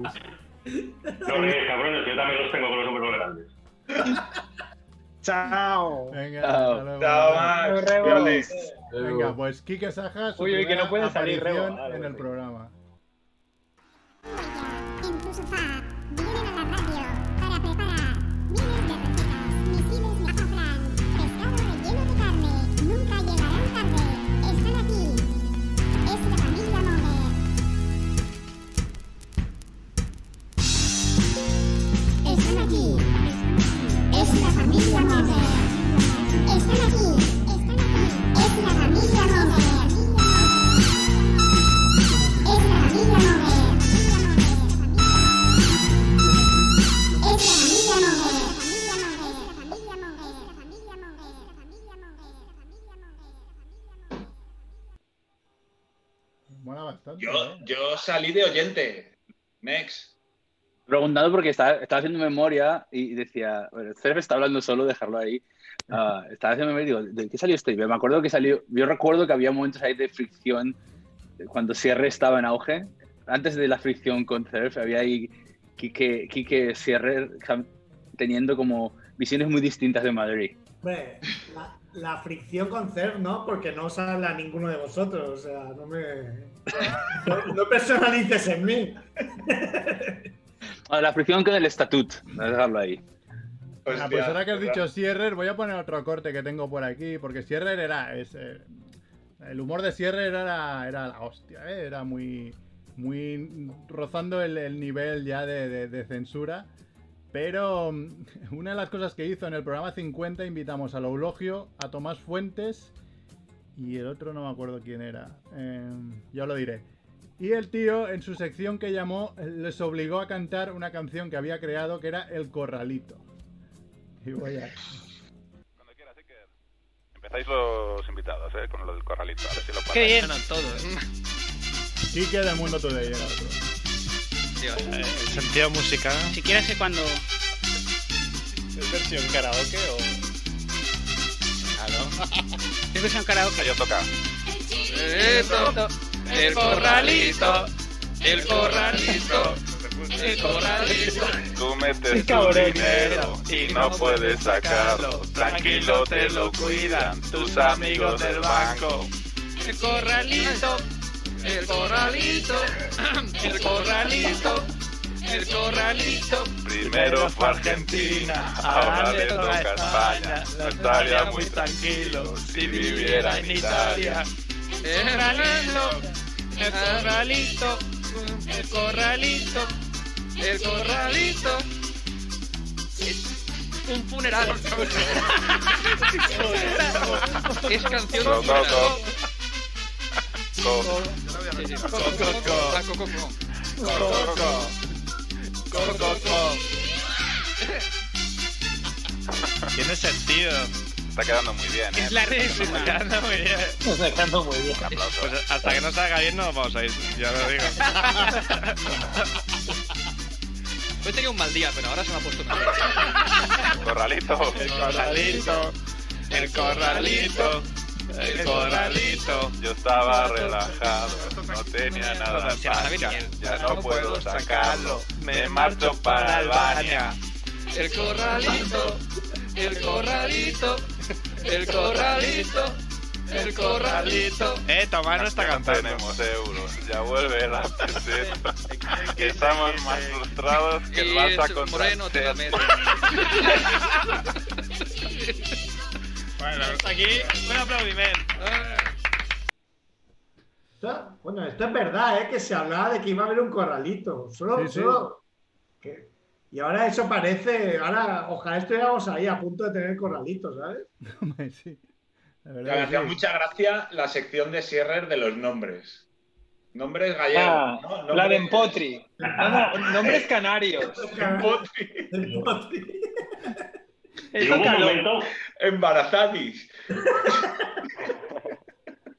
Speaker 7: No ríes, cabrones, yo también los tengo con los números grandes.
Speaker 19: Chao.
Speaker 1: Venga,
Speaker 7: Chao.
Speaker 1: hasta luego.
Speaker 7: Chao, Max. Rebo. Viernes.
Speaker 1: Venga, pues Quique Sajas.
Speaker 6: Uy, uy, que no puede salir, Rebo. Vale,
Speaker 1: en el
Speaker 6: vale.
Speaker 1: programa.
Speaker 17: En tu sofá, vienen a la radio para preparar miles de recetas, misiles de azafrán, pescado relleno de carne, nunca llegarán tarde, están aquí, es la familia Monger. Están aquí, es la familia Monger. Están aquí, están aquí, es la familia Monger. Es la familia Monger.
Speaker 1: Mola bastante. ¿eh?
Speaker 3: Yo, yo salí de oyente. Mex.
Speaker 2: Preguntando porque estaba, estaba haciendo memoria y decía, bueno, Cerf está hablando solo, dejarlo ahí. Ah, estaba haciendo memoria y digo, ¿de qué salió este? Me acuerdo que salió, yo recuerdo que había momentos ahí de fricción eh, cuando Sierra estaba en auge. Antes de la fricción con Cerf, había ahí Quique, Quique Sierra jam- teniendo como visiones muy distintas de Madrid.
Speaker 4: Hombre, la, la fricción con CERF, ¿no? Porque no os habla ninguno de vosotros, o sea, no me. No, no personalices en mí.
Speaker 2: Ah, la fricción con el estatut, dejarlo ahí.
Speaker 1: Ah, pues ahora que has dicho Sierrer, voy a poner otro corte que tengo por aquí, porque Sierrer era. es, eh, el humor de Sierrer era, la- era la hostia, ¿eh? era muy. muy rozando el, el nivel ya de, de- de censura. Pero mm, una de las cosas que hizo en el programa 50 invitamos al Eulogio, a Tomás Fuentes y el otro no me acuerdo quién era. Eh, ya lo diré. Y el tío, en su sección que llamó, les obligó a cantar una canción que había creado que era El Corralito. Y voy a-
Speaker 23: Empezáis los invitados, ¿eh? Con lo del corralito. A ver si lo pasáis.
Speaker 1: Qué bien.
Speaker 23: todos.
Speaker 24: ¿eh?
Speaker 1: Quique del Mundo Today era otro.
Speaker 23: el
Speaker 9: sentido musical.
Speaker 23: Si quieres que cuando...
Speaker 9: ¿Es versión karaoke o.?
Speaker 23: Es versión karaoke. Yo toca.
Speaker 14: El corralito, el corralito, el corralito.
Speaker 23: Tú metes tu
Speaker 14: Cabrón.
Speaker 23: dinero y no puedes sacarlo. Tranquilo, te lo cuidan tus amigos del banco.
Speaker 14: El corralito, el corralito, el corralito, el corralito.
Speaker 23: Primero fue Argentina,
Speaker 3: Ah,
Speaker 23: ahora le toca a España. No estaría muy tranquilo si viviera en Italia.
Speaker 14: el corralito, el corralito, el corralito, el corralito. Es un funeral. es canción de un
Speaker 23: Coco,
Speaker 14: funeral.
Speaker 23: coco. Coco,
Speaker 14: Sí, sí.
Speaker 23: Coco, coco.
Speaker 14: Ah, coco,
Speaker 23: coco,
Speaker 14: coco.
Speaker 23: coco, coco.
Speaker 24: Tiene sentido. Está quedando muy bien, ¿eh?
Speaker 23: Es larguísima.
Speaker 24: Está quedando muy bien.
Speaker 23: Está quedando muy bien.
Speaker 24: Un aplauso. Pues hasta que no salga bien no nos vamos a ir, ya lo digo.
Speaker 14: Hoy tenía un mal día, pero ahora se me ha puesto mejor.
Speaker 24: Corralito.
Speaker 23: El corralito, el corralito, el corralito.
Speaker 24: Yo estaba relajado, no tenía nada en pancha. Ya no puedo sacarlo. Me marcho para Albania.
Speaker 14: El corralito, el corralito, el corralito, el corralito.
Speaker 24: Eh, Tomás no está cantando. Tenemos euros, ya vuelve la peseta. que estamos más frustrados que el
Speaker 14: Y
Speaker 24: Barça
Speaker 14: es
Speaker 24: contra
Speaker 14: Moreno
Speaker 24: el
Speaker 14: te la
Speaker 24: Chelsea.
Speaker 14: mete.
Speaker 24: Bueno,
Speaker 14: aquí un aplaudimiento.
Speaker 4: Esto- bueno, esto es verdad, ¿eh? que se hablaba de que iba a haber un corralito. Solo,
Speaker 1: Sí, sí.
Speaker 4: solo- que- Y ahora eso parece. Ahora, ojalá estuviéramos ahí a punto de tener corralitos, ¿sabes?
Speaker 1: La
Speaker 3: O
Speaker 1: verdad
Speaker 3: sea, me
Speaker 1: que
Speaker 3: hacía
Speaker 1: sí.
Speaker 3: mucha gracia la sección de Sierrer de los nombres. Nombres gallegos.
Speaker 6: Ah,
Speaker 3: ¿no? Nombres-
Speaker 6: la de Empotri. No, no, nombres canarios.
Speaker 3: Y
Speaker 6: Eso
Speaker 3: hubo un
Speaker 6: caló.
Speaker 3: momento- Embarazadis.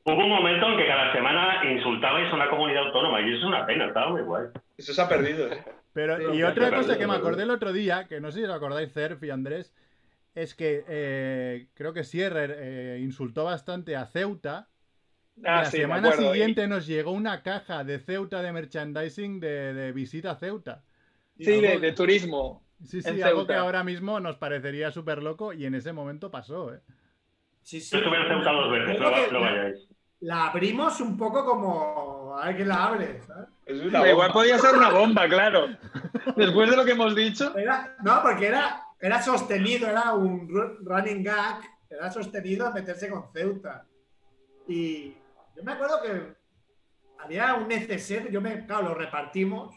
Speaker 7: Hubo un momento en que cada semana insultabais a una comunidad autónoma y eso es una pena, estaba muy guay.
Speaker 3: Eso se ha perdido, ¿eh?
Speaker 1: Pero, y otra cosa que me acordé el otro día, que no sé si os acordáis, Cerf y Andrés, es que eh, creo que Sierrer eh, insultó bastante a Ceuta. y
Speaker 6: Ah,
Speaker 1: la
Speaker 6: sí, me
Speaker 1: semana
Speaker 6: acuerdo.
Speaker 1: siguiente nos llegó una caja de Ceuta de merchandising de, de visita a Ceuta.
Speaker 6: Sí,
Speaker 1: Algo-
Speaker 6: de, de turismo.
Speaker 1: Sí,
Speaker 6: en
Speaker 1: sí, algo
Speaker 6: Ceuta.
Speaker 1: que ahora mismo nos parecería súper loco y en ese momento pasó, ¿eh?
Speaker 4: Sí, sí.
Speaker 7: Yo estuve en Ceuta dos veces, no, va- no vayáis.
Speaker 4: La abrimos un poco como. A ver quién la abre, ¿sabes?
Speaker 6: Pero Igual podía ser una bomba, claro. Después de lo que hemos dicho.
Speaker 4: Era- no, porque era, era sostenido, era un ru- running gag, era sostenido meterse con Ceuta. Y yo me acuerdo que había un neceser, yo me, claro, lo repartimos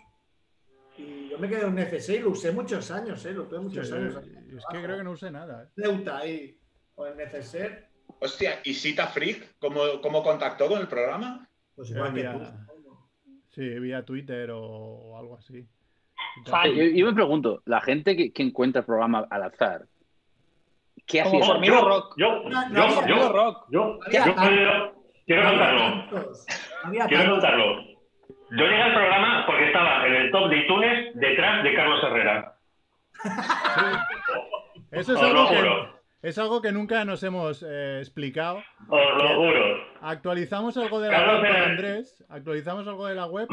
Speaker 4: y yo me quedé un neceser y lo usé muchos años, ¿eh? Lo tuve muchos
Speaker 1: Sí,
Speaker 4: años.
Speaker 1: es que creo que no usé nada. ¿eh?
Speaker 4: Ceuta ahí, o el neceser,
Speaker 3: Hostia, ¿y Sita Freak? ¿Cómo, cómo contactó con el programa?
Speaker 4: pues igual
Speaker 1: Eh,
Speaker 4: que
Speaker 1: vía-
Speaker 4: tú.
Speaker 1: Sí, vía Twitter o, o algo así.
Speaker 2: Ah, yo, yo me pregunto, la gente que, que encuentra el programa al azar, ¿qué hace?
Speaker 6: Como
Speaker 2: esa-
Speaker 6: Formigo Rock.
Speaker 7: Yo,
Speaker 4: No, no,
Speaker 7: yo,
Speaker 4: no,
Speaker 7: yo,
Speaker 6: no, rock.
Speaker 7: yo,
Speaker 4: Había
Speaker 7: yo
Speaker 4: tantos.
Speaker 7: quiero, quiero contarlo.
Speaker 4: Había
Speaker 7: Quiero
Speaker 4: tantos.
Speaker 7: contarlo. Yo llegué al programa porque estaba en el top de iTunes detrás de Carlos Herrera.
Speaker 1: Eso es
Speaker 7: Os lo
Speaker 1: algo,
Speaker 7: juro.
Speaker 1: que, es algo que nunca nos hemos eh, explicado.
Speaker 7: Os lo juro.
Speaker 1: Actualizamos algo de la
Speaker 7: Carlos
Speaker 1: web con
Speaker 7: Ferrer.
Speaker 1: Andrés, actualizamos algo de la web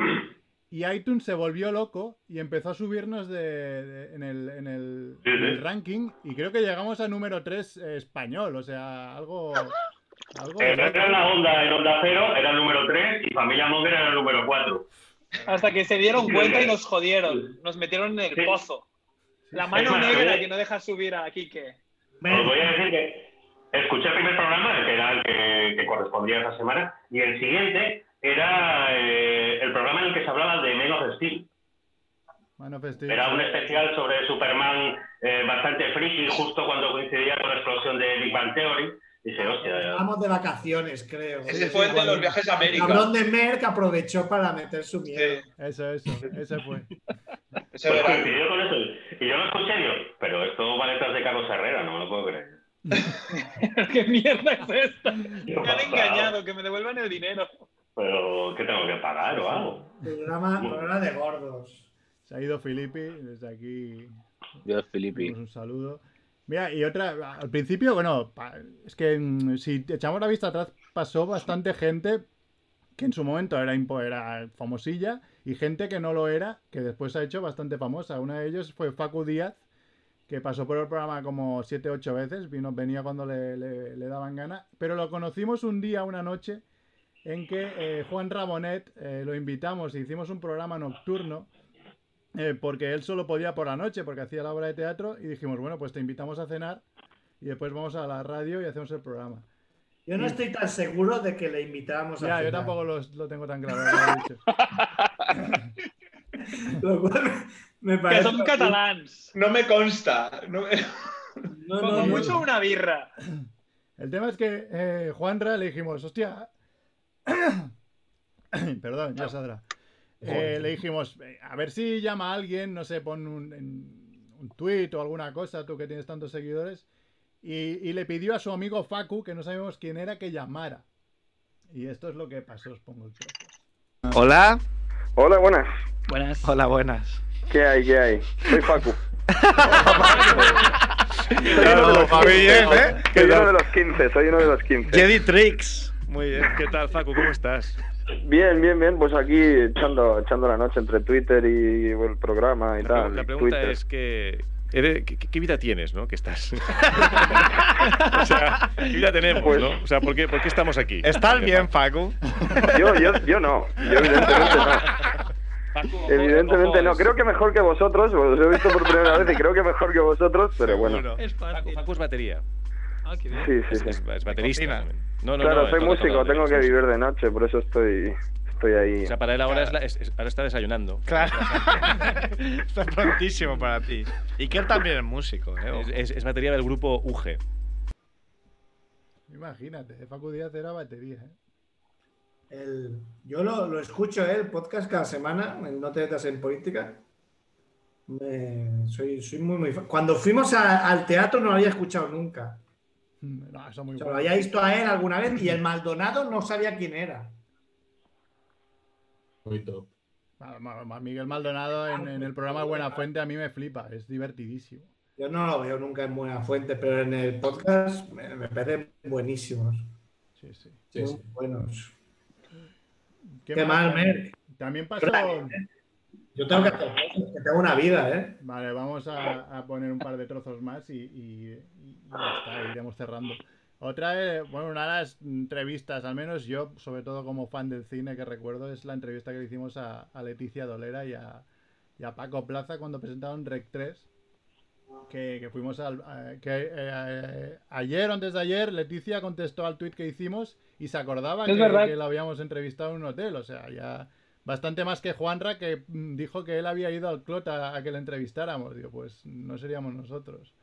Speaker 1: y iTunes se volvió loco y empezó a subirnos de, de- en, el, en el-
Speaker 7: Sí,
Speaker 1: en el
Speaker 7: sí.
Speaker 1: ranking y creo que llegamos a número 3 español, o sea, algo... algo
Speaker 7: Herrera en la onda, en Onda Cero, era el número 3 y Familia Monger era el número 4.
Speaker 6: Hasta que se dieron cuenta y nos jodieron. Nos metieron en el pozo. La mano
Speaker 7: Es más,
Speaker 6: negra
Speaker 7: ¿eh?
Speaker 6: que no deja subir a Quique.
Speaker 7: Os voy a decir que escuché el primer programa, el que era el que, que correspondía esa semana, y el siguiente era eh, el programa en el que se hablaba de Men of Steel.
Speaker 1: Man of Steel.
Speaker 7: Era un especial sobre Superman eh, bastante friki, justo cuando coincidía con la explosión de Big Bang Theory. Dije, hostia,
Speaker 4: Estábamos de vacaciones, creo.
Speaker 3: Ese fue el de los viajes a América.
Speaker 4: Cabrón de Merck aprovechó para meter su miedo.
Speaker 1: Eso, eso, ese fue.
Speaker 7: pues coincidió con eso. Y yo lo escuché y digo, pero esto va detrás de Carlos Herrera, no me lo puedo creer.
Speaker 6: ¿Qué mierda es esta? Me han
Speaker 7: pasa?
Speaker 6: engañado, que me devuelvan el dinero.
Speaker 7: Pero, ¿qué tengo que pagar o algo?
Speaker 4: Programa, programa Ah, de gordos.
Speaker 1: Se ha ido Filippi, desde aquí
Speaker 2: Dios, Felipe.
Speaker 1: damos un saludo. Mira, y otra, al principio, bueno, pa- es que mm, si echamos la vista atrás, pasó bastante gente que en su momento era, impo- era famosilla y gente que no lo era, que después se ha hecho bastante famosa. Una de ellos fue Facu Díaz, que pasó por el programa como 7, 8 veces, vino, venía cuando le, le- le daban gana, pero lo conocimos un día, una noche, en que eh, Juan Rabonet eh, lo invitamos y hicimos un programa nocturno eh, porque él solo podía por la noche, porque hacía la obra de teatro, y dijimos, bueno, pues te invitamos a cenar y después vamos a la radio y hacemos el programa.
Speaker 4: Yo no estoy tan seguro de que le invitáramos a
Speaker 1: Ya, yo
Speaker 4: cenar.
Speaker 1: tampoco los- lo tengo tan claro. lo he dicho.
Speaker 4: Lo cual me parece.
Speaker 6: son catalans.
Speaker 3: No me consta. No me-
Speaker 6: Como
Speaker 1: no, yo-
Speaker 6: mucho una birra.
Speaker 1: El tema es que eh, Juanra le dijimos, hostia. Perdón, ya saldrá. Eh,
Speaker 22: Joder.
Speaker 1: le dijimos, eh, a ver si llama a alguien, no sé, pon un, en- un tuit o alguna cosa, tú que tienes tantos seguidores. Y, y le pidió a su amigo Facu, que no sabemos quién era, que llamara. Y esto es lo que pasó, os pongo el trozo.
Speaker 9: Hola.
Speaker 25: Hola, buenas.
Speaker 9: Buenas. Hola, buenas.
Speaker 25: ¿Qué hay? ¿Qué hay? Soy Facu. soy
Speaker 9: tal,
Speaker 25: uno de los
Speaker 9: Fabi?
Speaker 25: 15,
Speaker 9: Bien,
Speaker 25: soy-
Speaker 9: ¿eh?
Speaker 25: Soy
Speaker 9: ¿Qué tal?
Speaker 25: uno de los 15, soy uno de los 15.
Speaker 9: Jedi Tricks. Muy bien. ¿Qué tal, Facu? ¿Cómo estás?
Speaker 25: Bien, bien, bien. Pues aquí echando, echando la noche entre Twitter y el programa y
Speaker 13: La,
Speaker 25: tal.
Speaker 13: pre- la pregunta
Speaker 25: Twitter.
Speaker 13: es que... eres- ¿Qué, qué vida tienes, no? Que estás. o sea, ¿qué vida tenemos,
Speaker 25: Pues-
Speaker 13: no? O sea, ¿por qué, por qué estamos aquí?
Speaker 25: ¿Estás bien,
Speaker 9: Facu?
Speaker 25: Yo, yo, yo no. Yo evidentemente no. Evidentemente no. Creo que mejor que vosotros. Os he visto por primera vez y creo que mejor que vosotros, pero bueno.
Speaker 13: Es Facu, Facu es batería. Ah, qué bien.
Speaker 25: Sí, sí,
Speaker 13: Es,
Speaker 25: sí.
Speaker 13: es- es baterista. también. No, no,
Speaker 25: claro,
Speaker 13: no,
Speaker 25: soy
Speaker 13: toca- toca
Speaker 25: músico,
Speaker 13: batería,
Speaker 25: tengo que
Speaker 13: sí, sí.
Speaker 25: vivir de noche, por eso estoy, estoy ahí.
Speaker 13: O sea, para él ahora, es la- es- es- ahora está desayunando.
Speaker 25: Claro.
Speaker 9: Está prontísimo para ti. Y que él también es músico, ¿eh?
Speaker 13: Es, es- es batería del grupo UG.
Speaker 1: Imagínate, eh, Facu Díaz era batería. ¿eh?
Speaker 4: El- yo lo, lo escucho, ¿eh? el podcast cada semana, el No te metas en política. Me- soy, soy muy, muy fan. Cuando fuimos a- al teatro no lo había escuchado nunca.
Speaker 1: Mm, No, eso muy
Speaker 4: O sea,
Speaker 1: bueno.
Speaker 4: lo había visto a él alguna vez y el Maldonado no sabía quién era.
Speaker 8: Muy top.
Speaker 1: Ma- ma- ma- Miguel Maldonado en, en el
Speaker 4: Ah,
Speaker 1: programa Buena Fuente a mí me flipa, es divertidísimo.
Speaker 4: Yo no lo veo nunca en Buena Fuente, pero en el podcast me, me parecen buenísimos.
Speaker 1: Sí, sí.
Speaker 4: Muy buenos.
Speaker 1: ¿Qué
Speaker 4: Qué
Speaker 1: más,
Speaker 4: mal, Mer.
Speaker 1: También pasó.
Speaker 4: ¿eh? Yo tengo que hacer cosas, que tengo una vida, ¿eh?
Speaker 1: Vale, vamos a, a poner un par de trozos más y, y- y ya está, iremos cerrando. Otra vez, bueno, una de las entrevistas, al menos yo, sobre todo como fan del cine que recuerdo, es la entrevista que le hicimos a, a Leticia Dolera y a, y a Paco Plaza cuando presentaron Rec 3. Que, que fuimos al. a- que, eh, ayer o antes de ayer, Leticia contestó al tweet que hicimos y se acordaba
Speaker 6: Es
Speaker 1: que,
Speaker 6: verdad.
Speaker 1: que la habíamos entrevistado en un hotel, o sea, ya. Bastante más que Juanra, que mm, dijo que él había ido al Clot a, a que le entrevistáramos. Digo, pues no seríamos nosotros.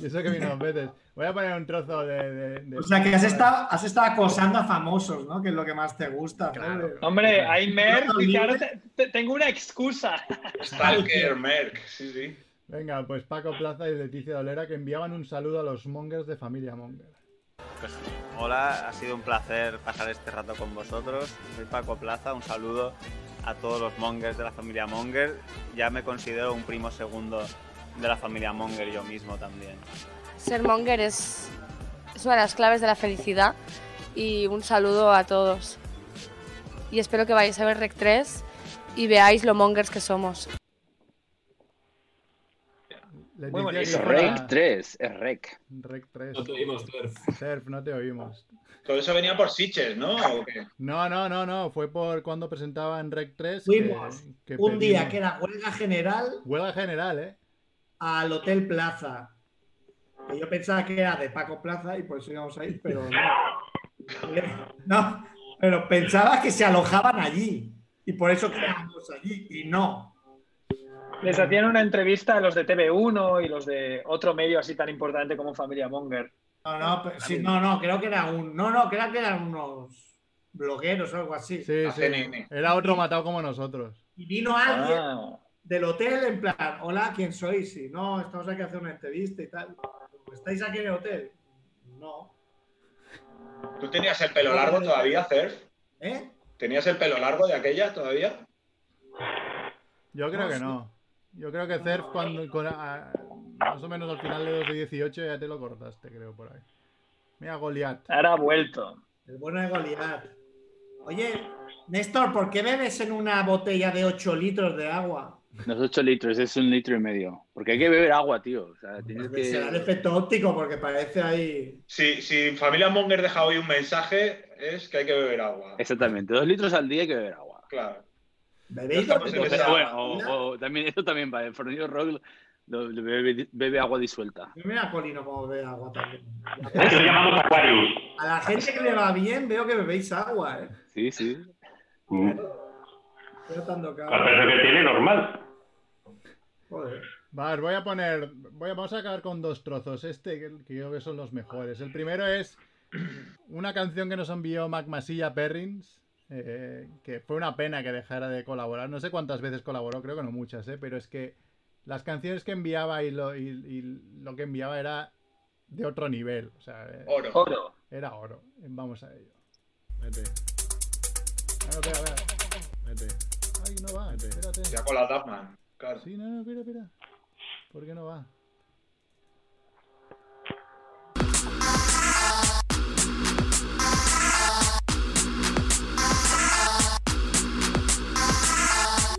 Speaker 1: y eso que vino dos veces. Voy a poner un trozo de. de- de-
Speaker 4: O sea, que has estado, has estado acosando a famosos, ¿no? Que es lo que más te gusta. Claro.
Speaker 6: Hombre, hay Merck y ahora te- te- tengo una excusa.
Speaker 3: Stalker, Merck, sí, sí.
Speaker 1: Venga, pues Paco Plaza y Leticia Dolera que enviaban un saludo a los mongers de familia monger.
Speaker 20: Pues, hola, ha sido un placer pasar este rato con vosotros. Soy Paco Plaza, un saludo a todos los mongers de la familia Monger. Ya me considero un primo segundo de la familia Monger yo mismo también.
Speaker 16: Ser monger es, es una de las claves de la felicidad y un saludo a todos. Y espero que vayáis a ver Rec 3 y veáis lo mongers que somos.
Speaker 1: Leticia
Speaker 2: Muy bonito.
Speaker 1: que hizo
Speaker 2: Rec
Speaker 1: la-
Speaker 2: 3, es Rec.
Speaker 1: Rec 3.
Speaker 2: No te oímos,
Speaker 1: Surf. no te oímos.
Speaker 3: Todo eso venía por Sitches, ¿no? ¿O qué?
Speaker 1: No, no, no, no. Fue por cuando presentaban Rec 3.
Speaker 4: Fuimos
Speaker 1: que
Speaker 4: un día
Speaker 1: pedimos-
Speaker 4: que era huelga general
Speaker 1: Huelga general, ¿eh?
Speaker 4: al Hotel Plaza. Que yo pensaba que era de Paco Plaza y por eso íbamos a ir, pero no. No, pero pensaba que se alojaban allí y por eso quedábamos allí y no.
Speaker 6: Les hacían una entrevista a los de TV1 y los de otro medio así tan importante como Familia Monger.
Speaker 4: No, no, pero sí, no, no, creo que era un. No, no, creo que eran unos blogueros o algo así.
Speaker 1: Sí, sí. Era otro matado como nosotros.
Speaker 4: Y vino alguien
Speaker 3: Ah.
Speaker 4: del hotel en plan, hola, ¿quién sois? Y no, estamos aquí a hacer una entrevista y tal. ¿Estáis aquí en el hotel? No.
Speaker 3: ¿Tú tenías el pelo largo todavía, Cerf?
Speaker 4: ¿Eh?
Speaker 3: ¿Tenías el pelo largo de aquella todavía?
Speaker 1: Yo creo
Speaker 3: No,
Speaker 1: que
Speaker 3: sí.
Speaker 1: no. Yo creo que Cerf, cuando, con- a- más o menos al final de 2018, ya te lo cortaste, creo, por ahí. Mira, Goliath.
Speaker 6: Ahora ha vuelto.
Speaker 4: El bueno de Goliat. Oye, Néstor, ¿por qué bebes en una botella de 8 litros de agua?
Speaker 2: No es 8 litros, es un litro y medio. Porque hay que beber agua, tío. O sea, tienes que...
Speaker 4: Será el efecto óptico porque parece ahí.
Speaker 3: Si, si Familia Monger deja hoy un mensaje, es que hay que beber agua.
Speaker 2: Exactamente, dos litros al día hay que beber agua.
Speaker 3: Claro.
Speaker 4: ¿Bebéis
Speaker 3: Estamos en
Speaker 2: O sea,
Speaker 3: esa-
Speaker 2: bueno, o- o también, esto también para el Fornido Rock Lo- lo Bebe, bebe agua disuelta.
Speaker 4: Mira a Colino como bebe agua también.
Speaker 2: Eso llamamos Aquarius.
Speaker 4: A la gente que le va bien veo que bebéis agua, ¿eh?
Speaker 2: Sí, sí.
Speaker 4: Estoy notando que-
Speaker 7: Pero que tiene normal.
Speaker 1: Vas, voy a poner. Voy a, vamos a acabar con dos trozos. Este que que creo que son los mejores. El primero es una canción que nos envió Mac Masilla Perrins. eh, que fue una pena que dejara de colaborar. No sé cuántas veces colaboró, creo que no muchas, eh, pero es que las canciones que enviaba y lo, y- y lo que enviaba era de otro nivel. O sea, eh,
Speaker 3: Oro. Oro.
Speaker 1: Era oro. Vamos a ello. Vete. Espera, espera, espera. Ay, no va. Espérate.
Speaker 3: Ya con la Tapman. Claro.
Speaker 1: Sí, no, no, espera, espera. ¿Por qué no va?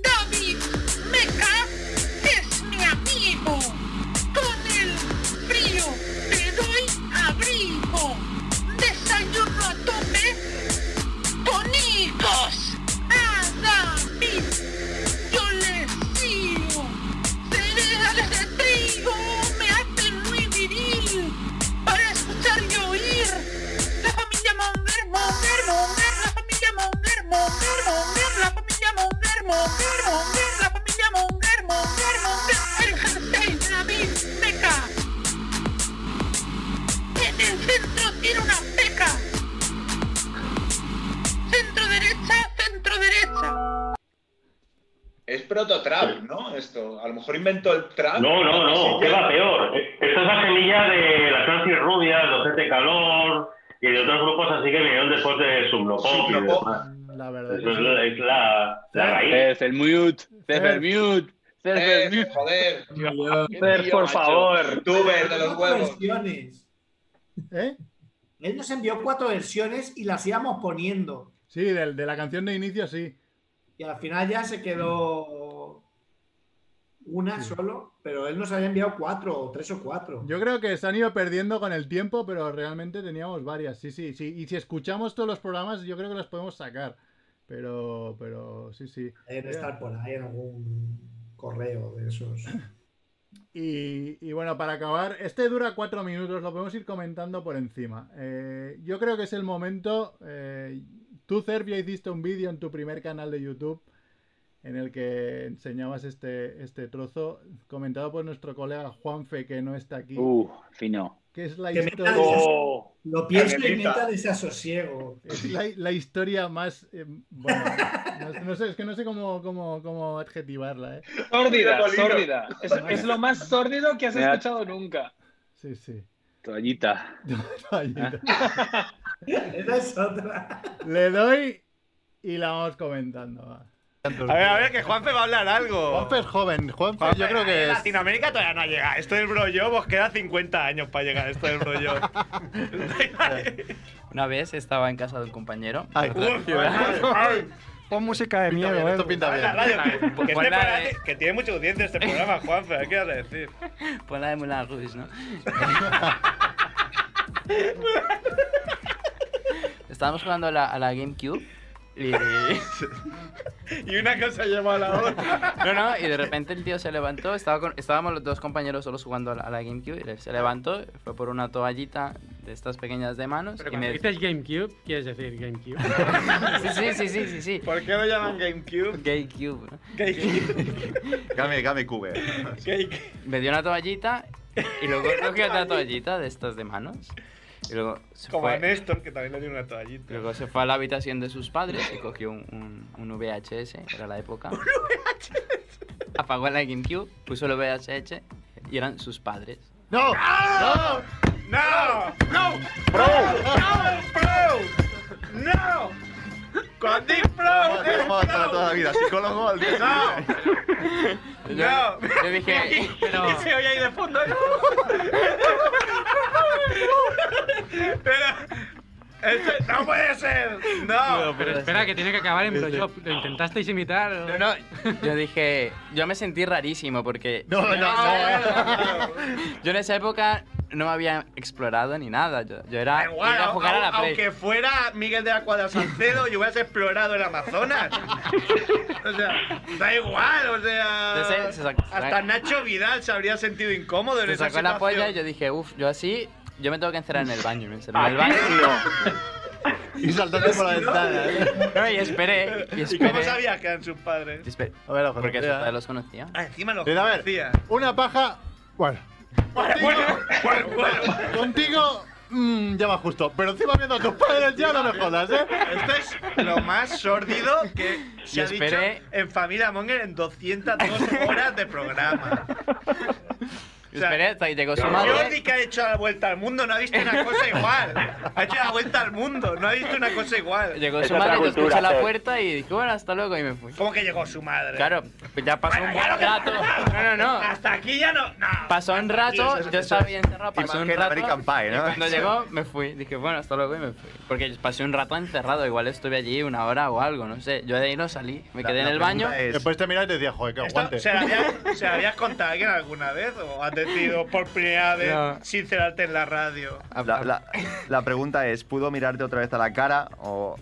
Speaker 17: David Meca es mi amigo. Con el frío te doy abrigo. Desayuno a tope tonicos. A David yo le sigo. Cereales de trigo me hacen muy viril. Para escuchar y oír la familia Monger, Monger, Monger, la familia Monger, Monger, Monger, la familia Monger, Monger, Monger, la familia Monger, Monger, Monger, el jersey de David Meca. En el centro tiene una peca. Centro derecha, centro derecha.
Speaker 3: Es proto-trap, ¿no? Esto. A lo mejor inventó el trap.
Speaker 7: No, no, no, que va peor. Eh, Esto es la semilla de las Nancy Rubias, Docente Calor y de otros grupos así que vinieron después de Subnopop y demás.
Speaker 1: Mm, La verdad.
Speaker 7: Eso es la- es la, la raíz.
Speaker 2: Es el mute. Es el mute. Es el mute.
Speaker 3: Joder.
Speaker 2: Fer, por favor.
Speaker 3: Tuber de los
Speaker 4: Cuatro
Speaker 3: huevos.
Speaker 4: versiones.
Speaker 1: ¿Eh?
Speaker 4: Él nos envió cuatro versiones y las íbamos poniendo.
Speaker 1: Sí, del- de, la canción de inicio sí.
Speaker 4: Y al final ya se quedó una solo, pero él nos había enviado cuatro, o tres o cuatro.
Speaker 1: Yo creo que se han ido perdiendo con el tiempo, pero realmente teníamos varias. Sí, sí, sí. Y si escuchamos todos los programas, yo creo que los podemos sacar. Pero, pero, sí, sí.
Speaker 4: Deben estar por ahí en algún correo de esos.
Speaker 1: Y, y bueno, para acabar, este dura cuatro minutos, lo podemos ir comentando por encima. Eh, yo creo que es el momento. eh, tú, Cervia, hiciste un vídeo en tu primer canal de YouTube en el que enseñabas este, este trozo, comentado por nuestro colega Juanfe, que no está aquí.
Speaker 2: Uh, fino.
Speaker 1: que es la
Speaker 4: Que me
Speaker 1: historia.
Speaker 4: da desaso-
Speaker 1: Oh.
Speaker 4: Lo pienso y me da desasosiego.
Speaker 1: Es la, la historia más. eh, bueno, no, no sé, es que no sé cómo, cómo, cómo adjetivarla, ¿eh?
Speaker 6: Sórdida, sórdida. Es, es lo más sórdido que has
Speaker 1: Me ha-
Speaker 6: escuchado nunca.
Speaker 1: Sí, sí.
Speaker 2: Toallita.
Speaker 1: Toallita.
Speaker 4: Esa es otra.
Speaker 1: Le doy y la vamos comentando. va.
Speaker 11: A ver, a ver, que Juanfe va a hablar algo.
Speaker 1: Juanfe es joven, Juanfe, yo creo que
Speaker 11: en
Speaker 1: es.
Speaker 11: Latinoamérica todavía no ha llegado. Esto del brollo, vos queda 50 años para llegar a esto del brollo.
Speaker 12: Una vez estaba en casa de un compañero.
Speaker 11: Ay,
Speaker 12: en otra
Speaker 11: Uf,
Speaker 12: ciudad.
Speaker 11: Pon música de
Speaker 12: miedo, bien, eh. esto pinta bien.
Speaker 11: que, este
Speaker 12: Ponla,
Speaker 11: programa-
Speaker 12: eh.
Speaker 11: que tiene mucha audiencia este programa, Juanfe, ¿qué vas a decir?
Speaker 12: Pon la de Mulan Ruiz, ¿no? Estábamos jugando a la, a la GameCube y...
Speaker 11: Y una cosa lleva a la otra.
Speaker 12: No, no, y de repente el tío se levantó, estaba con- estábamos los dos compañeros solos jugando a la, a la GameCube y él se levantó, fue por una toallita de estas pequeñas de manos
Speaker 18: Pero
Speaker 12: y
Speaker 18: cuando
Speaker 12: me...
Speaker 18: dices GameCube, quieres decir GameCube.
Speaker 12: Sí, sí, sí, sí, sí, sí.
Speaker 11: ¿Por qué lo llaman GameCube?
Speaker 12: GameCube.
Speaker 11: Game, Game Cube.
Speaker 12: Me dio una toallita y luego cogió otra toallita de estas de manos. Y luego se
Speaker 11: Como
Speaker 12: fue...
Speaker 11: a Néstor, que también le dio una toallita.
Speaker 12: Luego se fue a la habitación de sus padres y cogió un, un- un VHS, era la época. ¿Un VHS? Apagó la GameCube, puso el VHS y eran sus padres.
Speaker 1: ¡No!
Speaker 11: ¡No! ¡No! ¡No! ¡Pro! ¡No! ¡Pro! ¡No! ¡Con Deep Pro!
Speaker 21: Vamos a toda la vida, psicólogo al día siguiente.
Speaker 12: Yo, yo dije, pero...
Speaker 11: Y se oye ahí de fondo. pero. Este, ¡No puede ser! ¡No!
Speaker 18: pero espera, que tiene que acabar en Photoshop. ¿Lo intentasteis imitar? No,
Speaker 12: no. Yo dije, yo me sentí rarísimo porque...
Speaker 18: No, no, no.
Speaker 12: Yo en esa época no me había explorado ni nada. Yo, yo era
Speaker 4: Da igual,
Speaker 12: ir a jugar a la
Speaker 4: au-
Speaker 12: Play.
Speaker 4: aunque fuera Miguel de la Cuadra Salcedo y hubieras explorado el Amazonas. o sea, da igual, o sea.
Speaker 12: Entonces, se sac-
Speaker 4: hasta
Speaker 12: sac-
Speaker 4: Nacho Vidal se habría sentido incómodo en
Speaker 12: Se
Speaker 4: esa
Speaker 12: sacó la
Speaker 4: situación.
Speaker 12: polla y yo dije, uff, yo así, yo me tengo que encerrar en el baño. y Me encerré en el baño.
Speaker 1: Y saltaste por la ventana. ¿eh?
Speaker 12: No, y esperé. Y
Speaker 4: ¿Y
Speaker 12: esperé.
Speaker 4: cómo sabías que eran sus padres?
Speaker 12: y esperé.
Speaker 1: A ver, ojo,
Speaker 12: Porque sus
Speaker 1: mira.
Speaker 12: padres los conocía.
Speaker 4: Ah, encima los
Speaker 1: Mira, a ver.
Speaker 4: conocía.
Speaker 1: Una paja. Bueno. Contigo. mm, ya va justo. Pero encima viendo a tus padres ya no me jodas, ¿eh?
Speaker 4: Esto es lo más sórdido que se
Speaker 1: Y
Speaker 4: ha
Speaker 1: esperé-
Speaker 4: dicho en Familia Monger en 202 horas de programa.
Speaker 12: Y esperé hasta que llegó su madre.
Speaker 4: Jordi que ha hecho la vuelta al mundo no ha visto una cosa igual. Ha hecho la vuelta al mundo, no ha visto una cosa igual.
Speaker 12: Llegó su madre, yo escuché la puerta y dije, bueno, hasta luego. Y me fui.
Speaker 4: ¿Cómo que llegó su madre?
Speaker 12: Claro, pues ya pasó un buen rato. No, no, no.
Speaker 4: Hasta aquí ya no. no.
Speaker 12: Pasó un rato,
Speaker 4: Eso, eso, eso.
Speaker 12: yo estaba bien encerrado, pasó un
Speaker 4: Imagen
Speaker 12: rato.
Speaker 4: American Pie, ¿no?
Speaker 12: y cuando llegó, me fui. Dije, bueno, hasta luego y me fui. Porque pasé un rato encerrado, igual estuve allí una hora o algo, no sé. Yo de ahí no salí, me quedé en el baño.
Speaker 1: Después te miras Pues este y te decías, joder, que aguante.
Speaker 4: ¿Se la, habías, se la habías contado a alguien alguna vez o has decidido por primera vez
Speaker 5: No.
Speaker 4: sincerarte en la radio?
Speaker 5: La, la- la pregunta es, ¿pudo mirarte otra vez a la cara o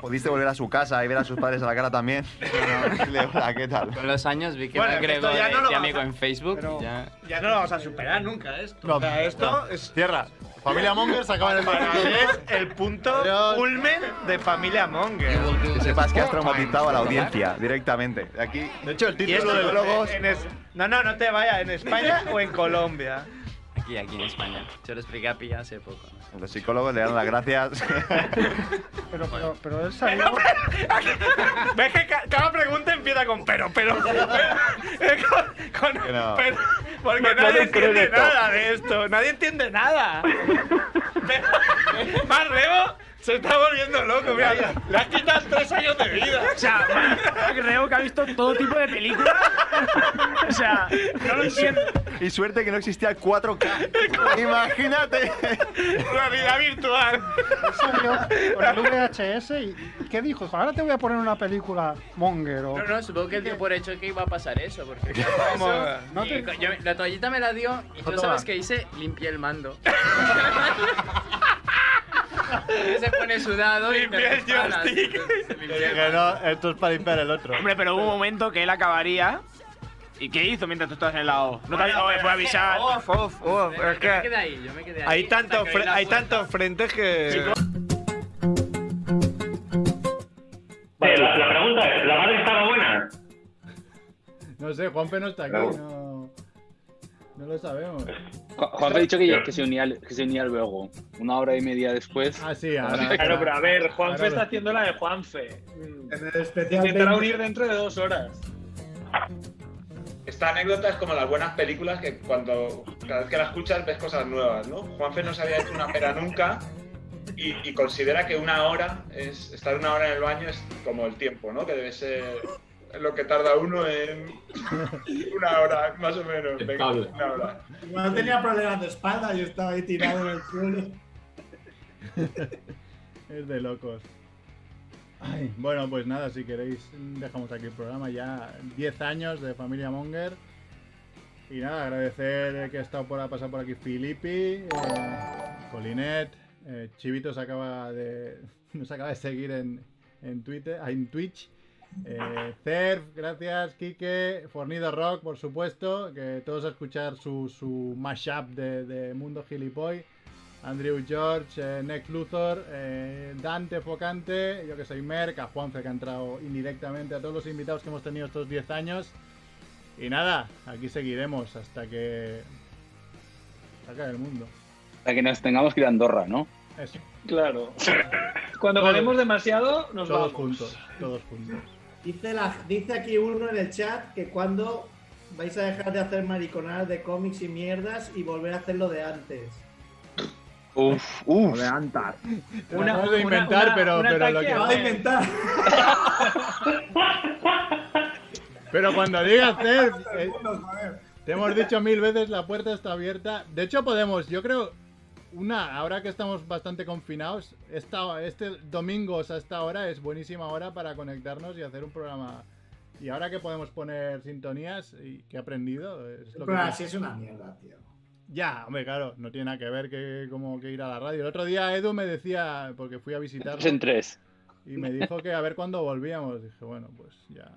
Speaker 5: pudiste volver a su casa y ver a sus padres a la cara también? Decirle, "Hola, ¿qué tal?
Speaker 12: Con los años vi que
Speaker 4: Bueno,
Speaker 12: me agregó
Speaker 4: esto ya
Speaker 12: de,
Speaker 4: no lo
Speaker 12: de
Speaker 4: vamos
Speaker 12: amigo en Facebook. y ya.
Speaker 4: Ya no lo vamos a superar nunca ¿eh? esto.
Speaker 1: No,
Speaker 4: O sea, esto
Speaker 1: no.
Speaker 4: es...
Speaker 1: Tierra. Familia Monger se acaba en el
Speaker 4: Para
Speaker 1: baño.
Speaker 4: mí es el punto culmen de Familia Monger.
Speaker 5: Que sepas que has traumatizado a la audiencia directamente. De aquí...
Speaker 1: De hecho, el
Speaker 4: Y esto en es- No, no, no te vayas. ¿En España o en Colombia?
Speaker 12: Aquí, aquí en España. Se lo expliqué a Pilla hace poco.
Speaker 5: Los psicólogos le dan las gracias.
Speaker 4: Pero, pero, pero él salió. ¿Ves que ca- cada pregunta empieza con pero, pero? pero con, con-
Speaker 5: Que no.
Speaker 4: pero- porque
Speaker 5: No
Speaker 4: nadie
Speaker 5: puedo creer
Speaker 4: entiende
Speaker 5: esto.
Speaker 4: nada de esto. Nadie entiende nada. Más Rebo se está volviendo loco. Mira, le has quitado tres años de vida.
Speaker 26: O sea, creo que ha visto todo tipo de películas. O sea, no lo
Speaker 5: Y su-
Speaker 26: entiendo.
Speaker 5: Y suerte que no existía el 4K. Imagínate.
Speaker 4: Realidad virtual.
Speaker 19: Con el VHS y y ¿qué dijo? Dijo, Ahora te voy a poner una película monger o...
Speaker 12: No, no, supongo que dio por hecho que iba a pasar eso, porque
Speaker 19: ¿Cómo?
Speaker 12: eso,
Speaker 19: No
Speaker 12: y
Speaker 19: te-
Speaker 12: co- yo me- la toallita me la dio y yo
Speaker 19: Toma.
Speaker 12: sabes qué hice, limpié el mando. se pone sudado y
Speaker 1: Limpié el joystick. Que no, esto es para limpiar el otro.
Speaker 26: Hombre, pero hubo un momento que él acabaría. ¿Y qué hizo mientras tú estabas en la O? No te avisó, fue a avisar.
Speaker 4: Off, off, off. Es
Speaker 12: Yo me
Speaker 4: que
Speaker 12: quedé ahí, yo me quedé ahí.
Speaker 4: hay tantos
Speaker 12: hasta
Speaker 4: fre-
Speaker 12: que abrí la
Speaker 4: hay
Speaker 12: puerta.
Speaker 4: tantos frentes que.
Speaker 7: Eh, la, la pregunta es, ¿la madre estaba
Speaker 3: Ah.
Speaker 7: buena?
Speaker 1: No sé, Juanpe no está aquí. No, no lo sabemos.
Speaker 2: Ju- Juanpe ha dicho que, ya- que se unía, al- que se unía luego, una hora y media después.
Speaker 1: Ah, sí,
Speaker 6: ahora- Claro, pero a ver, Juanfe está haciendo la de Juanfe.
Speaker 27: En el especial
Speaker 6: Intentará
Speaker 27: 20.
Speaker 6: unir dentro de dos horas.
Speaker 3: Esta anécdota es como las buenas películas que cuando cada vez que la escuchas ves cosas nuevas, ¿no? Juanfe no se había hecho una pera nunca y, y considera que una hora, es, estar una hora en el baño es como el tiempo, ¿no? Que debe ser lo que tarda uno en una hora, más o menos. Venga,
Speaker 28: Aceptable.
Speaker 3: una hora.
Speaker 27: Cuando tenía problemas de espalda, yo estaba ahí tirado en el suelo.
Speaker 1: Es de locos. Ay, bueno, pues nada, si queréis, dejamos aquí el programa. Ya 10 años de Familia Monger. Y nada, agradecer que ha estado por, ha pasado por aquí Filippi, eh, Colinet, eh, Chivito se acaba de, nos acaba de seguir en, en Twitter, ah, en Twitch. Eh, Cerf, gracias, Kike, Fornido Rock, por supuesto, que todos a escuchar su, su mashup de, de Mundo Gilipoy. Andrew George, eh, Nick Luthor, eh, Dante Focante, yo que soy Merck, a Juanfe que ha entrado indirectamente, a todos los invitados que hemos tenido estos 10 años. Y nada, aquí seguiremos hasta que. hasta que acabe el mundo.
Speaker 2: Para que nos tengamos que ir a Andorra, ¿no?
Speaker 1: Eso.
Speaker 6: Claro. Cuando
Speaker 1: Todos-
Speaker 6: ganemos demasiado, nos vamos.
Speaker 1: todos juntos, todos juntos.
Speaker 27: Dice, la, dice aquí uno en el chat que cuando vais a dejar de hacer mariconadas de cómics y mierdas y volver a hacer lo de antes.
Speaker 2: Uf, uf.
Speaker 1: Una- Acabas de inventar, pero- pero lo que-
Speaker 27: va a inventar.
Speaker 1: Pero cuando digas Cerf, eh, te hemos dicho mil veces, la puerta está abierta. De hecho, podemos, yo creo, una, ahora que estamos bastante confinados, esta, este domingo o sea, esta hora es buenísima hora para conectarnos y hacer un programa. Y ahora que podemos poner sintonías y que he aprendido, es lo que
Speaker 27: Pero así es una mierda, tío.
Speaker 1: Ya, hombre, claro, no tiene nada que ver que como que ir a la radio. El otro día Edu me decía, porque fui a visitar.
Speaker 2: Tres en tres.
Speaker 1: Y me dijo que a ver cuándo volvíamos. Dije, bueno, pues ya,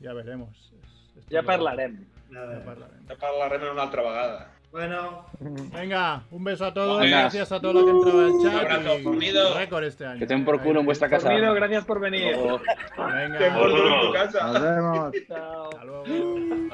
Speaker 1: ya veremos. Es- esto
Speaker 2: Ya
Speaker 1: lo-
Speaker 2: parlaremos.
Speaker 1: Ya parlaremos.
Speaker 3: Ya parlaremos una altra vegada.
Speaker 4: Bueno.
Speaker 1: Venga, un beso a todos.
Speaker 2: Venga.
Speaker 1: Gracias a todos los que han entrado al
Speaker 2: Un
Speaker 1: chat.
Speaker 2: abrazo,
Speaker 1: y
Speaker 2: fornido.
Speaker 1: Récord este año.
Speaker 2: Que te den por culo en vuestra casa.
Speaker 6: Fornido, gracias por venir.
Speaker 2: Oh.
Speaker 1: Venga.
Speaker 2: Te mordo en tu
Speaker 1: casa.
Speaker 4: Nos vemos.
Speaker 1: Hasta luego.